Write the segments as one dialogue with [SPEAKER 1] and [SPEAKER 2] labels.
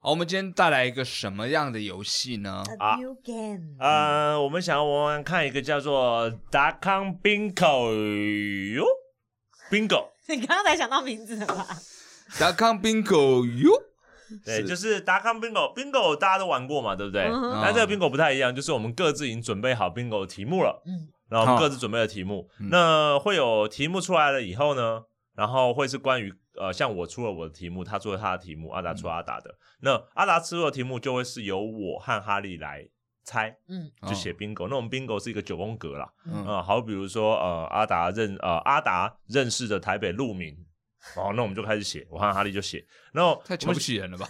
[SPEAKER 1] 好，我们今天带来一个什么样的游戏呢？
[SPEAKER 2] 啊
[SPEAKER 3] A new game，
[SPEAKER 2] 呃，我们想要玩玩看一个叫做达康 bingo 哟，bingo，
[SPEAKER 3] 你刚才想到名字了吧？
[SPEAKER 1] 达康 bingo 哟，
[SPEAKER 2] 对，
[SPEAKER 1] 是啊
[SPEAKER 2] 就是达康 bingo，bingo 大家都玩过嘛，对不对？
[SPEAKER 3] 嗯
[SPEAKER 2] 但这个 bingo 不太一样，就是我们各自已经准备好 bingo 的题目了，
[SPEAKER 3] 嗯，
[SPEAKER 2] 然后我们各自准备了题目，
[SPEAKER 1] 嗯
[SPEAKER 2] 那会有题目出来了以后呢，然后会是关于呃，像我出了我的题目，他出了他的题目，阿达出了阿达
[SPEAKER 1] 嗯
[SPEAKER 2] 的，那阿达出的题目就会是由我和哈利来猜，
[SPEAKER 3] 嗯，
[SPEAKER 1] 哦
[SPEAKER 2] 就写 bingo，、那我们 bingo 是一个九宫格啦。
[SPEAKER 1] 嗯
[SPEAKER 2] 呃，好，比如说呃，阿达认呃阿达认识的台北路名，哦，那我们就开始写，我和哈利就写，然后
[SPEAKER 1] 太
[SPEAKER 2] 我
[SPEAKER 1] 瞧
[SPEAKER 2] 们
[SPEAKER 1] 不起人 了吧？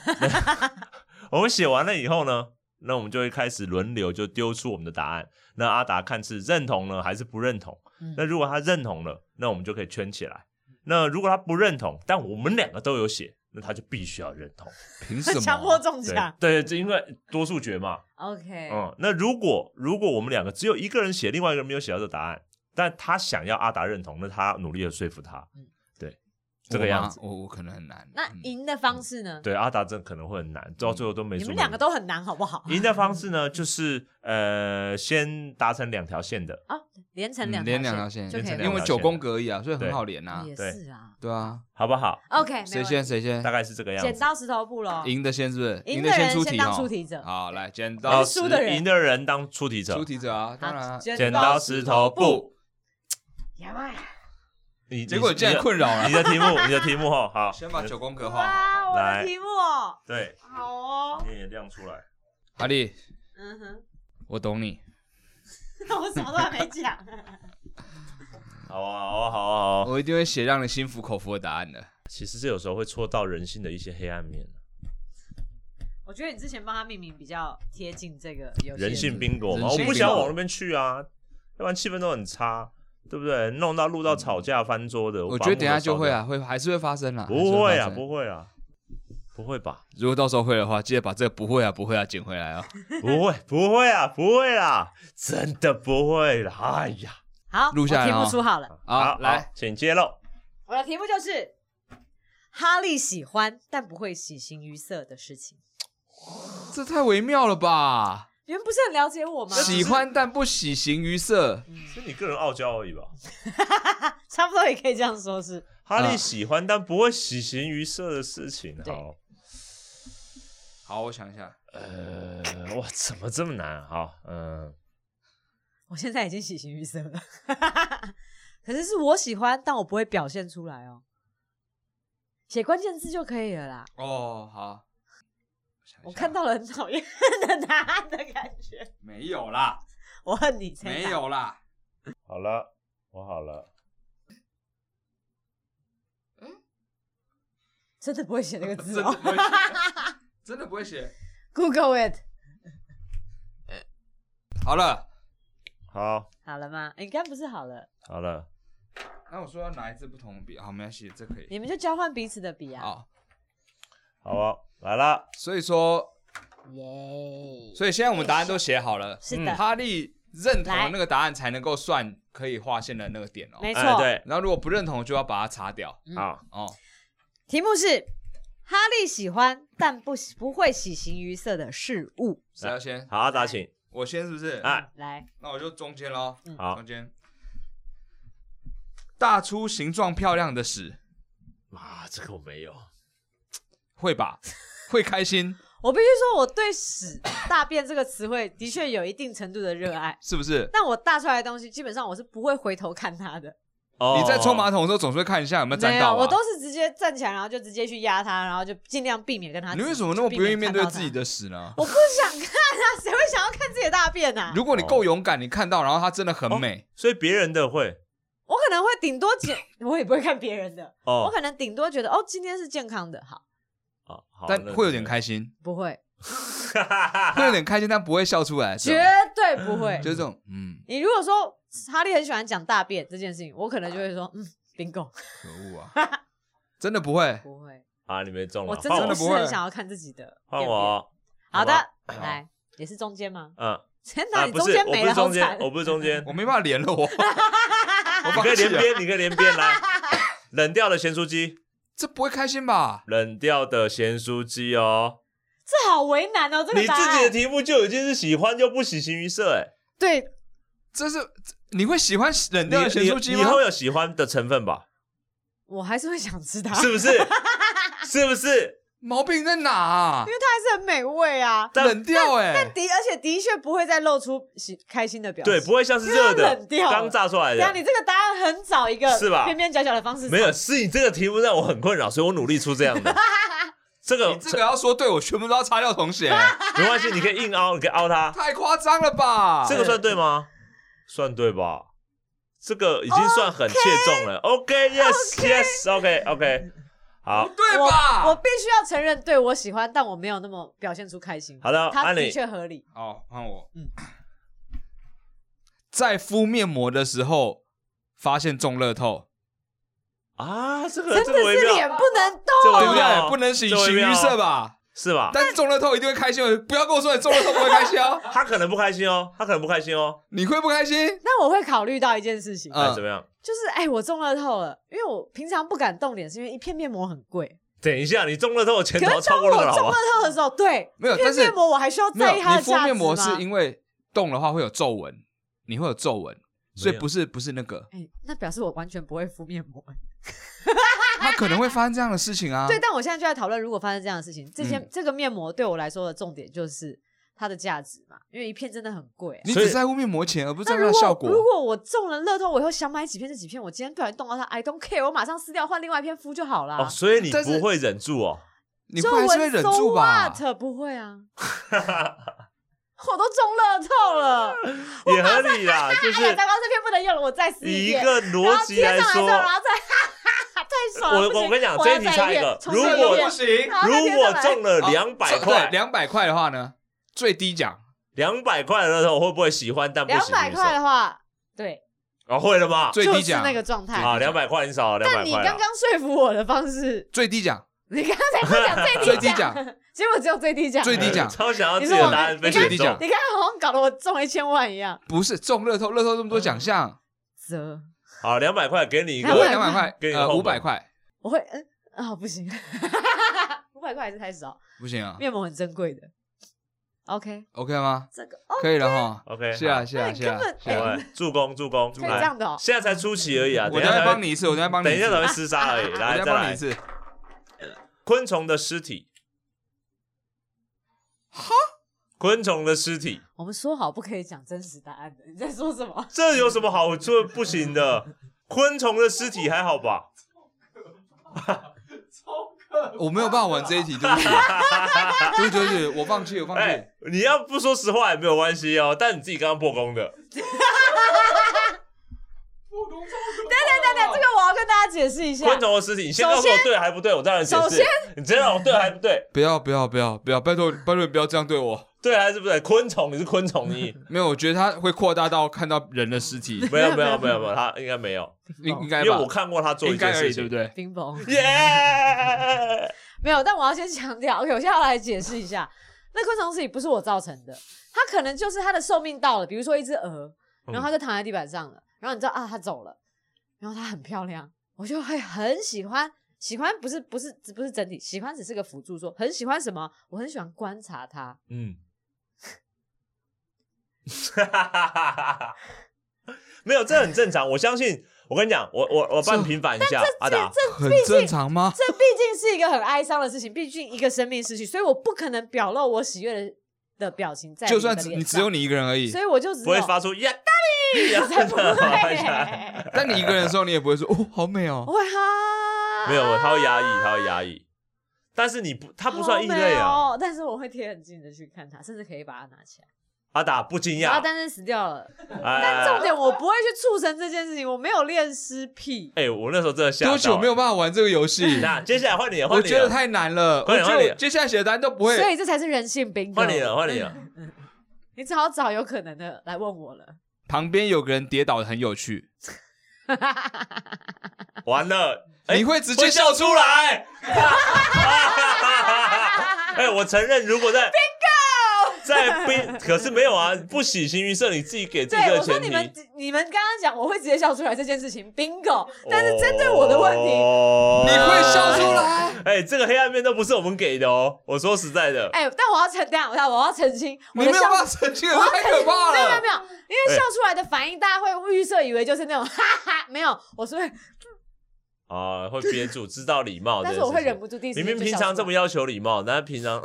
[SPEAKER 2] 我们写完了以后呢，那我们就会开始轮流就丢出我们的答案，那阿达看是认同呢还是不认同
[SPEAKER 3] 嗯，
[SPEAKER 2] 那如果他认同了，那我们就可以圈起来，那如果他不认同，但我们两个都有写，那他就必须要 认同，
[SPEAKER 1] 凭什么？
[SPEAKER 3] 强迫中
[SPEAKER 1] 啊
[SPEAKER 3] 奖。
[SPEAKER 2] 对对，这因为多数决嘛，
[SPEAKER 3] OK，
[SPEAKER 2] 嗯，那如果如果我们两个只有一个人写，另外一个人没有写到这答案，但他想要阿达认同，那他努力的说服他
[SPEAKER 3] 嗯，
[SPEAKER 2] 对，这个样子，
[SPEAKER 1] 我吗我我可能很难。
[SPEAKER 3] 那
[SPEAKER 1] 嗯
[SPEAKER 3] 赢的方式呢？
[SPEAKER 2] 对阿达真的可能会很难，到最后都没
[SPEAKER 3] 嗯你
[SPEAKER 2] 出门。
[SPEAKER 3] 们两个都很难，好不好？
[SPEAKER 2] 赢的方式呢，就是呃，先达成两条线的，
[SPEAKER 3] 啊， 连成两
[SPEAKER 1] 嗯连两条
[SPEAKER 3] 条
[SPEAKER 1] 线，
[SPEAKER 3] 就可以
[SPEAKER 2] 连
[SPEAKER 3] 了
[SPEAKER 2] 成
[SPEAKER 1] 因为
[SPEAKER 2] 条
[SPEAKER 1] 九
[SPEAKER 2] 线
[SPEAKER 1] 宫格而已啊，所以很好连呐。
[SPEAKER 3] 也
[SPEAKER 2] 对
[SPEAKER 3] 是啊。
[SPEAKER 1] 对啊，
[SPEAKER 2] 好不好？
[SPEAKER 3] OK，
[SPEAKER 1] 谁先？谁先
[SPEAKER 2] 大？概是这个样
[SPEAKER 3] 剪
[SPEAKER 2] 子。
[SPEAKER 3] 刀石头布喽，
[SPEAKER 1] 赢的先是不是？
[SPEAKER 3] 哦赢
[SPEAKER 1] 赢
[SPEAKER 3] 的
[SPEAKER 1] 先
[SPEAKER 3] 人
[SPEAKER 1] 出题
[SPEAKER 3] 先当
[SPEAKER 1] 哦。
[SPEAKER 3] 出题者。
[SPEAKER 1] 好，来剪
[SPEAKER 2] 然后
[SPEAKER 1] 刀
[SPEAKER 3] 是输的人
[SPEAKER 2] 赢的人当出题者
[SPEAKER 1] 出，题者啊，当然啊。
[SPEAKER 2] 剪刀石头布。
[SPEAKER 3] 呀妈呀！
[SPEAKER 2] 你你
[SPEAKER 1] 结果竟然困扰了
[SPEAKER 2] 你。的题目，你的题目哈，好，
[SPEAKER 1] 先把九宫格画好。
[SPEAKER 3] 哇，我
[SPEAKER 2] 来
[SPEAKER 3] 的题目哦
[SPEAKER 2] 对，
[SPEAKER 3] 好哦，
[SPEAKER 2] 你也亮出来。
[SPEAKER 1] 阿力，
[SPEAKER 3] 嗯哼，
[SPEAKER 1] 我懂你。
[SPEAKER 3] 我什么都还没讲。
[SPEAKER 2] 好啊，好啊，好啊，好啊。
[SPEAKER 1] 我一定会写让你心服口服的答案的。
[SPEAKER 2] 其实这有时候会戳到人性的一些黑暗面。
[SPEAKER 3] 我觉得你之前帮他命名比较贴近这个游戏的
[SPEAKER 2] 人性
[SPEAKER 3] 字
[SPEAKER 2] bingo 嘛，
[SPEAKER 1] 人
[SPEAKER 2] 我
[SPEAKER 1] 性
[SPEAKER 2] 不想
[SPEAKER 1] bingo
[SPEAKER 2] 往那边去啊，要不然气氛都很差，对不对？弄到录到吵架翻桌的，
[SPEAKER 1] 我
[SPEAKER 2] 把
[SPEAKER 1] 觉得
[SPEAKER 2] 木
[SPEAKER 1] 等一
[SPEAKER 2] 头
[SPEAKER 1] 下就
[SPEAKER 2] 烧
[SPEAKER 1] 会
[SPEAKER 2] 掉
[SPEAKER 1] 啊，，会还是会发生啦。还是
[SPEAKER 2] 不会
[SPEAKER 1] 发
[SPEAKER 2] 啊，
[SPEAKER 1] 生
[SPEAKER 2] 不会啊，不会吧？
[SPEAKER 1] 如果到时候会的话，记得把这个不会啊不会啊捡回来啊。
[SPEAKER 2] 不会，不会啊，不会啦，真的不会啦！哎呀，
[SPEAKER 3] 好，
[SPEAKER 1] 录下来
[SPEAKER 3] 我题
[SPEAKER 1] 哦
[SPEAKER 3] 目出好了，
[SPEAKER 1] 好，来，，
[SPEAKER 2] 请揭露。
[SPEAKER 3] 我的题目就是哈利喜欢但不会喜形于色的事情。
[SPEAKER 1] 这太微妙了吧？
[SPEAKER 3] 你们不是很了解我吗？
[SPEAKER 1] 喜欢但不喜形于色，
[SPEAKER 2] 是你个人傲娇而已吧？
[SPEAKER 3] 差不多也可以这样说是，
[SPEAKER 2] 哈
[SPEAKER 1] 啊
[SPEAKER 2] 利喜欢但不会喜形于色的事情，
[SPEAKER 3] 对
[SPEAKER 2] 好，
[SPEAKER 1] 好，我想一下，
[SPEAKER 2] 呃，哇，怎么这么难啊？好，嗯，
[SPEAKER 3] 我现在已经喜形于色了。 可是是我喜欢，但我不会表现出来哦。写关键字就可以了啦。
[SPEAKER 1] 哦，好，想一下
[SPEAKER 3] 我看到了很讨厌的答案的感觉，
[SPEAKER 1] 没有啦，
[SPEAKER 3] 我恨你才
[SPEAKER 1] 没
[SPEAKER 3] 打
[SPEAKER 1] 有 啦，
[SPEAKER 2] 好了，我好了。
[SPEAKER 3] 真的不会写那个 字
[SPEAKER 1] 真的
[SPEAKER 3] 哦。
[SPEAKER 1] 不会写 真的不会写。
[SPEAKER 3] Google it，
[SPEAKER 1] 好了，
[SPEAKER 2] 好，
[SPEAKER 3] 好了吗？你刚不是好了，
[SPEAKER 2] 好了，
[SPEAKER 1] 那我说要拿一支不同的笔，好，没关系，这可以。
[SPEAKER 3] 你们就交换彼此的笔啊。
[SPEAKER 1] 好，
[SPEAKER 2] 好啊，来啦。
[SPEAKER 1] 所以说，
[SPEAKER 3] 耶！
[SPEAKER 1] 所以现在我们答案都写好了，
[SPEAKER 3] 是的，
[SPEAKER 1] 哈利认同的那个答案才能够算可以划线的那个点哦。
[SPEAKER 3] 没错。
[SPEAKER 2] 哎，对，
[SPEAKER 1] 然后如果不认同，就要把它擦掉
[SPEAKER 3] 嗯
[SPEAKER 2] 啊，
[SPEAKER 1] 哦。
[SPEAKER 3] 题目是哈利喜欢但不喜不会喜形于色的事物。
[SPEAKER 1] 谁要先？
[SPEAKER 2] 好，阿达请，
[SPEAKER 1] 我先是不是？
[SPEAKER 2] 哎，
[SPEAKER 3] 来，
[SPEAKER 1] 那我就中间喽。
[SPEAKER 2] 好
[SPEAKER 1] 中，间，大出形状漂亮的屎，
[SPEAKER 2] 啊，这个我没有，
[SPEAKER 1] 会吧？会开心
[SPEAKER 3] 我必须说，我对“屎大便”这个词汇的确有一定程度的热爱，
[SPEAKER 1] 是不是？
[SPEAKER 3] 但我大出来的东西基本上我是不会回头看它的。
[SPEAKER 2] 哦
[SPEAKER 1] 你在冲马桶的时候总是会看一下有没有
[SPEAKER 3] 没
[SPEAKER 1] 沾
[SPEAKER 3] 有，
[SPEAKER 1] 到吧？啊
[SPEAKER 3] 我都是直接站起来，然后就直接去压它，然后就尽量避免跟它。
[SPEAKER 1] 你为什么那么不愿意面对自己
[SPEAKER 3] 的？啊
[SPEAKER 1] 的屎呢？
[SPEAKER 3] 我不想看啊， 谁会想要看自己的大便啊？
[SPEAKER 1] 如果你
[SPEAKER 2] 哦
[SPEAKER 1] 够勇敢，你看到然后它真的很美，
[SPEAKER 2] 所以别人的会
[SPEAKER 3] 我可能会顶多检，我也不会看别人的，我
[SPEAKER 2] 哦
[SPEAKER 3] 可能顶多觉得哦，今天是健康的，好，
[SPEAKER 2] 啊，好
[SPEAKER 1] 但
[SPEAKER 2] 那
[SPEAKER 1] 会有点开心，
[SPEAKER 3] 不会，
[SPEAKER 1] 会有点开心，但不会笑出来，是
[SPEAKER 3] 绝
[SPEAKER 1] 吧
[SPEAKER 3] 对不会
[SPEAKER 1] 就。是这种嗯，
[SPEAKER 3] 你如果说哈利很喜欢讲大便这件事情，我可能就会说，嗯，bingo，
[SPEAKER 1] 可恶啊，真的不会。
[SPEAKER 3] 不会，
[SPEAKER 2] 啊，你没中了，
[SPEAKER 3] 我真
[SPEAKER 2] 换
[SPEAKER 3] 的
[SPEAKER 1] 不
[SPEAKER 3] 不
[SPEAKER 2] 我
[SPEAKER 3] 是很想要看自己的
[SPEAKER 2] 换
[SPEAKER 3] 便便。
[SPEAKER 2] 我，啊
[SPEAKER 3] 好
[SPEAKER 2] 吧
[SPEAKER 3] 的，，来，也是中间吗？
[SPEAKER 2] 嗯，
[SPEAKER 3] 天哪，
[SPEAKER 2] 啊，
[SPEAKER 3] 你
[SPEAKER 2] 不
[SPEAKER 3] 中
[SPEAKER 2] 是，
[SPEAKER 3] 间
[SPEAKER 2] 我
[SPEAKER 3] 没
[SPEAKER 2] 不
[SPEAKER 3] 了，
[SPEAKER 2] 是中
[SPEAKER 3] 好惨
[SPEAKER 2] 间，我不是中间
[SPEAKER 1] 我，没办法连了我，我
[SPEAKER 2] 你
[SPEAKER 1] 放
[SPEAKER 2] 可以
[SPEAKER 1] 弃
[SPEAKER 2] 连
[SPEAKER 1] 了，
[SPEAKER 2] 边，你可以连 边来，冷掉的咸酥鸡，
[SPEAKER 1] 这不会开心吧？
[SPEAKER 2] 冷掉的咸酥鸡哦，
[SPEAKER 3] 这好为难哦，这
[SPEAKER 2] 你
[SPEAKER 3] 个答
[SPEAKER 2] 自己的
[SPEAKER 3] 案。
[SPEAKER 2] 题目就已经是喜欢就不喜形于色、哎，
[SPEAKER 3] 对，
[SPEAKER 1] 这是这你会喜欢冷掉的
[SPEAKER 2] 你
[SPEAKER 1] 咸酥鸡
[SPEAKER 2] 你以
[SPEAKER 1] 吗？
[SPEAKER 2] 后有喜欢的成分吧？
[SPEAKER 3] 我还是会想吃它，
[SPEAKER 2] 是不是？是不是？
[SPEAKER 1] 毛病在哪啊
[SPEAKER 3] 因？为它还是很美味啊。
[SPEAKER 2] 但
[SPEAKER 1] 冷掉哎、
[SPEAKER 3] 但的，而且的确不会再露出喜开心的表情。
[SPEAKER 2] 对，不会像是
[SPEAKER 3] 因为它
[SPEAKER 2] 热的
[SPEAKER 3] 冷掉了
[SPEAKER 2] 刚炸出来
[SPEAKER 3] 对啊，
[SPEAKER 2] 的，
[SPEAKER 3] 你这个答案很找一个
[SPEAKER 2] 是吧
[SPEAKER 3] 边边角角的方式找，
[SPEAKER 2] 没有，是你这个题目让我很困扰，所以我努力出这样 的。这个
[SPEAKER 1] 你这个要说对，我全部都要擦掉重写，
[SPEAKER 3] 啊
[SPEAKER 2] 没关系，你可以硬凹，你可以 凹它。
[SPEAKER 1] 太夸张了吧？
[SPEAKER 2] 这个算对吗？算对吧？这个已经算很切中 了。OK，yes，yes，OK，OK，好
[SPEAKER 1] 不，对
[SPEAKER 3] 我我
[SPEAKER 1] 吧？
[SPEAKER 3] 必须要承认，对我喜欢，但我没有那么表现出开心。
[SPEAKER 2] 好的
[SPEAKER 3] 它
[SPEAKER 2] 按
[SPEAKER 3] 的
[SPEAKER 2] 理
[SPEAKER 3] 确合理。
[SPEAKER 1] 好，换我。
[SPEAKER 3] 嗯
[SPEAKER 1] 在敷面膜的时候发现中乐透，
[SPEAKER 2] 啊，这个
[SPEAKER 3] 真
[SPEAKER 2] 这
[SPEAKER 3] 的
[SPEAKER 2] 个微
[SPEAKER 3] 是脸
[SPEAKER 2] 妙，
[SPEAKER 3] 不能
[SPEAKER 2] 这
[SPEAKER 3] 动，
[SPEAKER 2] 微
[SPEAKER 1] 对不
[SPEAKER 2] 妙
[SPEAKER 1] 对？
[SPEAKER 2] 哦
[SPEAKER 1] 不能形
[SPEAKER 2] 这微
[SPEAKER 1] 形
[SPEAKER 2] 妙
[SPEAKER 1] 于
[SPEAKER 2] 哦
[SPEAKER 1] 色吧？
[SPEAKER 2] 是
[SPEAKER 3] 啊
[SPEAKER 2] 吧？
[SPEAKER 1] 但是中乐透一定会开心的，不要跟我说你中乐透不会开心 哦，
[SPEAKER 2] 他可能不开心哦，他可能不开心哦。
[SPEAKER 1] 你会不开心？
[SPEAKER 3] 那我会考虑到一件事情，
[SPEAKER 1] 嗯
[SPEAKER 2] 哎，怎么样？
[SPEAKER 3] 就是哎、我中乐透了，因为我平常不敢动脸，是因为一片面膜很贵。
[SPEAKER 2] 等一下，你中乐透的
[SPEAKER 3] 可
[SPEAKER 2] 钱
[SPEAKER 3] 是
[SPEAKER 2] 怎么超
[SPEAKER 3] 当
[SPEAKER 2] 过
[SPEAKER 3] 我
[SPEAKER 2] 那个了
[SPEAKER 3] 中
[SPEAKER 2] 好
[SPEAKER 3] 乐
[SPEAKER 2] 吧？
[SPEAKER 3] 透的时候，对，
[SPEAKER 1] 没有
[SPEAKER 3] 因为
[SPEAKER 1] 但是
[SPEAKER 3] 面膜我还需要
[SPEAKER 1] 没
[SPEAKER 3] 在意
[SPEAKER 1] 有，
[SPEAKER 3] 它
[SPEAKER 1] 你
[SPEAKER 3] 的
[SPEAKER 1] 敷
[SPEAKER 3] 价值
[SPEAKER 1] 面膜
[SPEAKER 3] 吗
[SPEAKER 1] 是因为动的话会有皱纹，你会有皱纹，所以不是不是那个，
[SPEAKER 3] 哎、那表示我完全不会敷面膜、
[SPEAKER 1] 它可能会发生这样的事情啊。
[SPEAKER 3] 对，但我现在就在讨论，如果发生这样的事情，这些、
[SPEAKER 1] 嗯
[SPEAKER 3] 这个面膜对我来说的重点就是它的价值嘛，因为一片真的很贵、啊。
[SPEAKER 1] 你
[SPEAKER 2] 所以
[SPEAKER 1] 只在乎面膜钱，而不是
[SPEAKER 3] 那
[SPEAKER 1] 在乎它的
[SPEAKER 3] 如果
[SPEAKER 1] 效果。
[SPEAKER 3] 如果我中了乐透，我以后想买几片就几片，我今天不小心动到它，I don't care，我马上撕掉换另外一片敷啊就好啦。
[SPEAKER 2] 哦，所以你
[SPEAKER 1] 但是
[SPEAKER 2] 不会忍住 哦。
[SPEAKER 1] 你
[SPEAKER 3] 皱
[SPEAKER 1] 会还是会
[SPEAKER 3] 纹
[SPEAKER 1] 忍
[SPEAKER 3] so
[SPEAKER 1] 住吧？
[SPEAKER 3] what？不会 啊，我都中乐透了。
[SPEAKER 2] 也合理啦，就
[SPEAKER 3] 哎呀，
[SPEAKER 2] 是
[SPEAKER 3] 糟糕，这片不能用了，我再撕
[SPEAKER 2] 以一
[SPEAKER 3] 遍。
[SPEAKER 2] 个
[SPEAKER 3] 然后
[SPEAKER 2] 逻辑
[SPEAKER 3] 贴上
[SPEAKER 2] 来
[SPEAKER 3] 来之后，
[SPEAKER 2] 说，
[SPEAKER 3] 然后再 太爽了。
[SPEAKER 2] 我
[SPEAKER 3] 不行
[SPEAKER 2] 我跟你讲
[SPEAKER 3] 要
[SPEAKER 2] 这一题
[SPEAKER 3] 再
[SPEAKER 2] 差一
[SPEAKER 3] 遍
[SPEAKER 2] 个
[SPEAKER 3] 重
[SPEAKER 2] 如
[SPEAKER 3] 新
[SPEAKER 1] 这
[SPEAKER 3] 来一
[SPEAKER 1] 个
[SPEAKER 2] 果
[SPEAKER 3] 遍
[SPEAKER 1] 不行，
[SPEAKER 3] 然后再
[SPEAKER 2] 如
[SPEAKER 3] 贴
[SPEAKER 2] 果
[SPEAKER 3] 上来哦
[SPEAKER 2] 中了
[SPEAKER 1] 啊
[SPEAKER 2] 两百
[SPEAKER 1] 这
[SPEAKER 2] 块
[SPEAKER 1] 对，两百块的话呢，最低奖
[SPEAKER 2] 两百块的乐透会不会喜欢但不
[SPEAKER 3] 两
[SPEAKER 2] 喜
[SPEAKER 3] 百
[SPEAKER 2] 欢？
[SPEAKER 3] 块的话，对，
[SPEAKER 2] 哦，会了吧？
[SPEAKER 1] 最
[SPEAKER 3] 就
[SPEAKER 1] 低
[SPEAKER 3] 是
[SPEAKER 1] 奖
[SPEAKER 3] 那个状态。
[SPEAKER 2] 啊，两百块你少了两
[SPEAKER 3] 但
[SPEAKER 2] 百
[SPEAKER 3] 你
[SPEAKER 2] 块啊
[SPEAKER 3] 刚
[SPEAKER 2] 了。
[SPEAKER 3] 刚说服我的方式，
[SPEAKER 1] 最低奖，
[SPEAKER 3] 你刚才不讲最低
[SPEAKER 1] 最低奖，
[SPEAKER 3] 结果只有最低奖。
[SPEAKER 1] 最低奖
[SPEAKER 2] 超想要自己
[SPEAKER 3] 你说
[SPEAKER 2] 的
[SPEAKER 3] 我
[SPEAKER 2] 答
[SPEAKER 3] 们
[SPEAKER 2] 案被
[SPEAKER 3] 你刚
[SPEAKER 2] 选
[SPEAKER 1] 最低
[SPEAKER 2] 中
[SPEAKER 1] 奖。
[SPEAKER 3] 你刚刚好像搞得我中了一千万一样。
[SPEAKER 1] 不是中乐透，乐透这么多奖
[SPEAKER 3] 嗯
[SPEAKER 1] 项，
[SPEAKER 3] 折，
[SPEAKER 2] 好，两百块给你一
[SPEAKER 1] 我
[SPEAKER 3] 200
[SPEAKER 2] 个，
[SPEAKER 1] 两百块
[SPEAKER 2] 给，你
[SPEAKER 1] 呃，
[SPEAKER 2] 后
[SPEAKER 1] 五
[SPEAKER 2] 门
[SPEAKER 1] 百块
[SPEAKER 3] 我会嗯啊不行， 五百块还是太少，
[SPEAKER 1] 不行啊
[SPEAKER 3] 面膜很珍贵的。OK，
[SPEAKER 1] ？OK 吗？
[SPEAKER 3] 这个哦，
[SPEAKER 1] 可以了哈。
[SPEAKER 2] OK，
[SPEAKER 1] 是啊，
[SPEAKER 2] 好，
[SPEAKER 1] 是啊，
[SPEAKER 3] 那你
[SPEAKER 1] 是啊
[SPEAKER 3] 哎根本，
[SPEAKER 1] 是啊。
[SPEAKER 2] 我助攻助攻，
[SPEAKER 3] 可以这样的哦
[SPEAKER 2] 来现在才初期而已啊，
[SPEAKER 1] 我
[SPEAKER 2] 等一
[SPEAKER 1] 等
[SPEAKER 2] 下
[SPEAKER 1] 下
[SPEAKER 2] 才
[SPEAKER 1] 帮
[SPEAKER 2] 会，
[SPEAKER 1] 你一次，我等下帮你
[SPEAKER 2] 等一下才
[SPEAKER 1] 次
[SPEAKER 2] 会厮杀而已。
[SPEAKER 1] 我
[SPEAKER 2] 来，
[SPEAKER 1] 再
[SPEAKER 2] 再
[SPEAKER 1] 帮你
[SPEAKER 2] 来
[SPEAKER 1] 一，次。
[SPEAKER 2] 昆虫的尸体。昆虫的尸体，
[SPEAKER 3] 我们说好不可以讲真实答案的，你在说什
[SPEAKER 1] 啊
[SPEAKER 3] 么？
[SPEAKER 2] 这有什么好做不行的？昆虫的尸体还好吧？
[SPEAKER 1] 我没有办法玩这一题，对不起，对不起，对不起，我放弃，我放弃
[SPEAKER 2] 哎。，你要不说实话也没有关系哦，但你自己刚刚破功的，
[SPEAKER 3] 等哎等，这个我要跟大家解释一下。
[SPEAKER 2] 昆虫的尸体，你先告诉我对还不对，我当然解
[SPEAKER 3] 首
[SPEAKER 2] 释
[SPEAKER 3] 先。
[SPEAKER 2] 你直接让我对还不对，
[SPEAKER 1] 不要，不要，不要，不要，拜托，拜托你不要这样对我。
[SPEAKER 2] 对还是不对？昆虫，你是昆虫，你
[SPEAKER 1] 没有，我觉得它会扩大到看到人的尸 体，
[SPEAKER 2] 没有没有没有没有，他应该没有，
[SPEAKER 1] 应应该
[SPEAKER 2] 因为
[SPEAKER 1] 吧
[SPEAKER 2] 我？看过他做一
[SPEAKER 1] 应
[SPEAKER 2] 件
[SPEAKER 1] 该而
[SPEAKER 2] 事
[SPEAKER 1] 已，对
[SPEAKER 2] 情
[SPEAKER 1] 不。对？
[SPEAKER 3] 冰雹
[SPEAKER 2] 耶！
[SPEAKER 3] 没有，但我要先强调，OK，我现在要 来解释一下，那昆虫死体不是我造成的，它可能就是它的寿命到了，比如说一只鹅，
[SPEAKER 1] 嗯
[SPEAKER 3] 然后它就躺在地板上了，然后你知道啊，它走了，然后它很漂亮，我就会很喜欢，喜欢不是不是不是整体，喜欢只是个辅助说很喜欢什么，我很喜欢观察它，
[SPEAKER 2] 嗯，没有，这很正常。我相信，我跟你讲，我我我帮你平反一下，阿达，
[SPEAKER 1] 很正常吗？
[SPEAKER 3] 这毕竟是一个很哀伤的事情，毕竟一个生命失去，所以我不可能表露我喜悦的的表情在
[SPEAKER 1] 就
[SPEAKER 3] 你的
[SPEAKER 1] 算只
[SPEAKER 3] 脸
[SPEAKER 1] 你只有
[SPEAKER 3] 上
[SPEAKER 1] 你一个人而已
[SPEAKER 3] 所，以我就只
[SPEAKER 2] 不会
[SPEAKER 3] 有
[SPEAKER 2] 发啊出耶 大力，
[SPEAKER 3] 才不
[SPEAKER 2] 没
[SPEAKER 3] 会。
[SPEAKER 1] 但你一个人的时候，你也不会说哦，好美
[SPEAKER 3] 我
[SPEAKER 1] 哦。
[SPEAKER 3] 会啊哈，
[SPEAKER 2] 有，他会压抑，他会压抑。但是你不，他不算异类啊，
[SPEAKER 3] 好美哦。但是我会贴很近的去看它，甚至可以把它拿起来。
[SPEAKER 2] 阿达不惊
[SPEAKER 3] 然后
[SPEAKER 2] 讶。
[SPEAKER 3] 丹丹死掉了，但重
[SPEAKER 2] 哎，
[SPEAKER 3] 点我不会去促成这件事情，我没有恋尸癖。
[SPEAKER 2] 哎，我那时候真的吓到。
[SPEAKER 1] 多久没有？办法玩这个游戏？
[SPEAKER 2] 那接下来换你了，换
[SPEAKER 1] 我
[SPEAKER 2] 你
[SPEAKER 1] 觉得
[SPEAKER 2] 了，
[SPEAKER 1] 太难了，我
[SPEAKER 2] 快点
[SPEAKER 1] 觉
[SPEAKER 2] 换你
[SPEAKER 1] 得
[SPEAKER 2] 了
[SPEAKER 1] 我接下来写的答案都不会。
[SPEAKER 3] 所以这才是人性冰。
[SPEAKER 2] 换你了，换你了。
[SPEAKER 1] 嗯
[SPEAKER 3] 你只好找有可能的来问我了。
[SPEAKER 1] 旁边有个人跌倒，很有趣，
[SPEAKER 2] 完了，哎
[SPEAKER 1] 你会 直
[SPEAKER 2] 会
[SPEAKER 1] 接
[SPEAKER 2] 笑
[SPEAKER 1] 笑
[SPEAKER 2] 出
[SPEAKER 1] 出来。
[SPEAKER 2] 来。哎，我承认，如果在在冰，可是没有啊，不喜形于色，你自己给自己
[SPEAKER 3] 对，
[SPEAKER 2] 的
[SPEAKER 3] 我说
[SPEAKER 2] 前
[SPEAKER 3] 你
[SPEAKER 2] 提。
[SPEAKER 3] 们你们刚刚讲我会直接笑出来这件事情，bingo。但是针对我的问题，
[SPEAKER 2] 哦
[SPEAKER 1] 你会笑出来？
[SPEAKER 2] 哎、这个黑暗面都不是我们给的哦。我说实在的，
[SPEAKER 3] 哎，但我要澄，等一下我要我要澄清，我
[SPEAKER 1] 你没
[SPEAKER 3] 的
[SPEAKER 1] 有
[SPEAKER 3] 笑
[SPEAKER 1] 办法澄清，太可怕
[SPEAKER 3] 没有没有
[SPEAKER 1] 了
[SPEAKER 3] 没。有，因
[SPEAKER 2] 哎
[SPEAKER 3] 为笑出来的反应，大家会预设以为就是那种哈哈，没有，我是会，
[SPEAKER 2] 啊、会憋住，知道礼貌这
[SPEAKER 3] 但
[SPEAKER 2] 件事情。
[SPEAKER 3] 是我会忍不住第一时
[SPEAKER 2] 明
[SPEAKER 3] 间就
[SPEAKER 2] 明平
[SPEAKER 3] 笑
[SPEAKER 2] 常
[SPEAKER 3] 出
[SPEAKER 2] 这么
[SPEAKER 3] 来
[SPEAKER 2] 要求礼貌，但是平常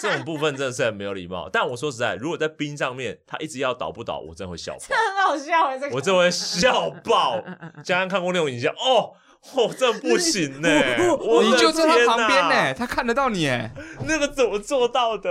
[SPEAKER 2] 这种部分真的是很没有礼貌。但我说实在，如果在冰上面，他一直要倒不倒，我真的会笑爆，
[SPEAKER 3] 很好笑哎，这个
[SPEAKER 2] 我真的会笑爆。江安看过那种影像，哦。哦，这不行呢、我的
[SPEAKER 1] 你就在他
[SPEAKER 2] 天
[SPEAKER 1] 旁边
[SPEAKER 2] 哪
[SPEAKER 1] 呢、他看得到你、哎，
[SPEAKER 2] 那个怎么做到的？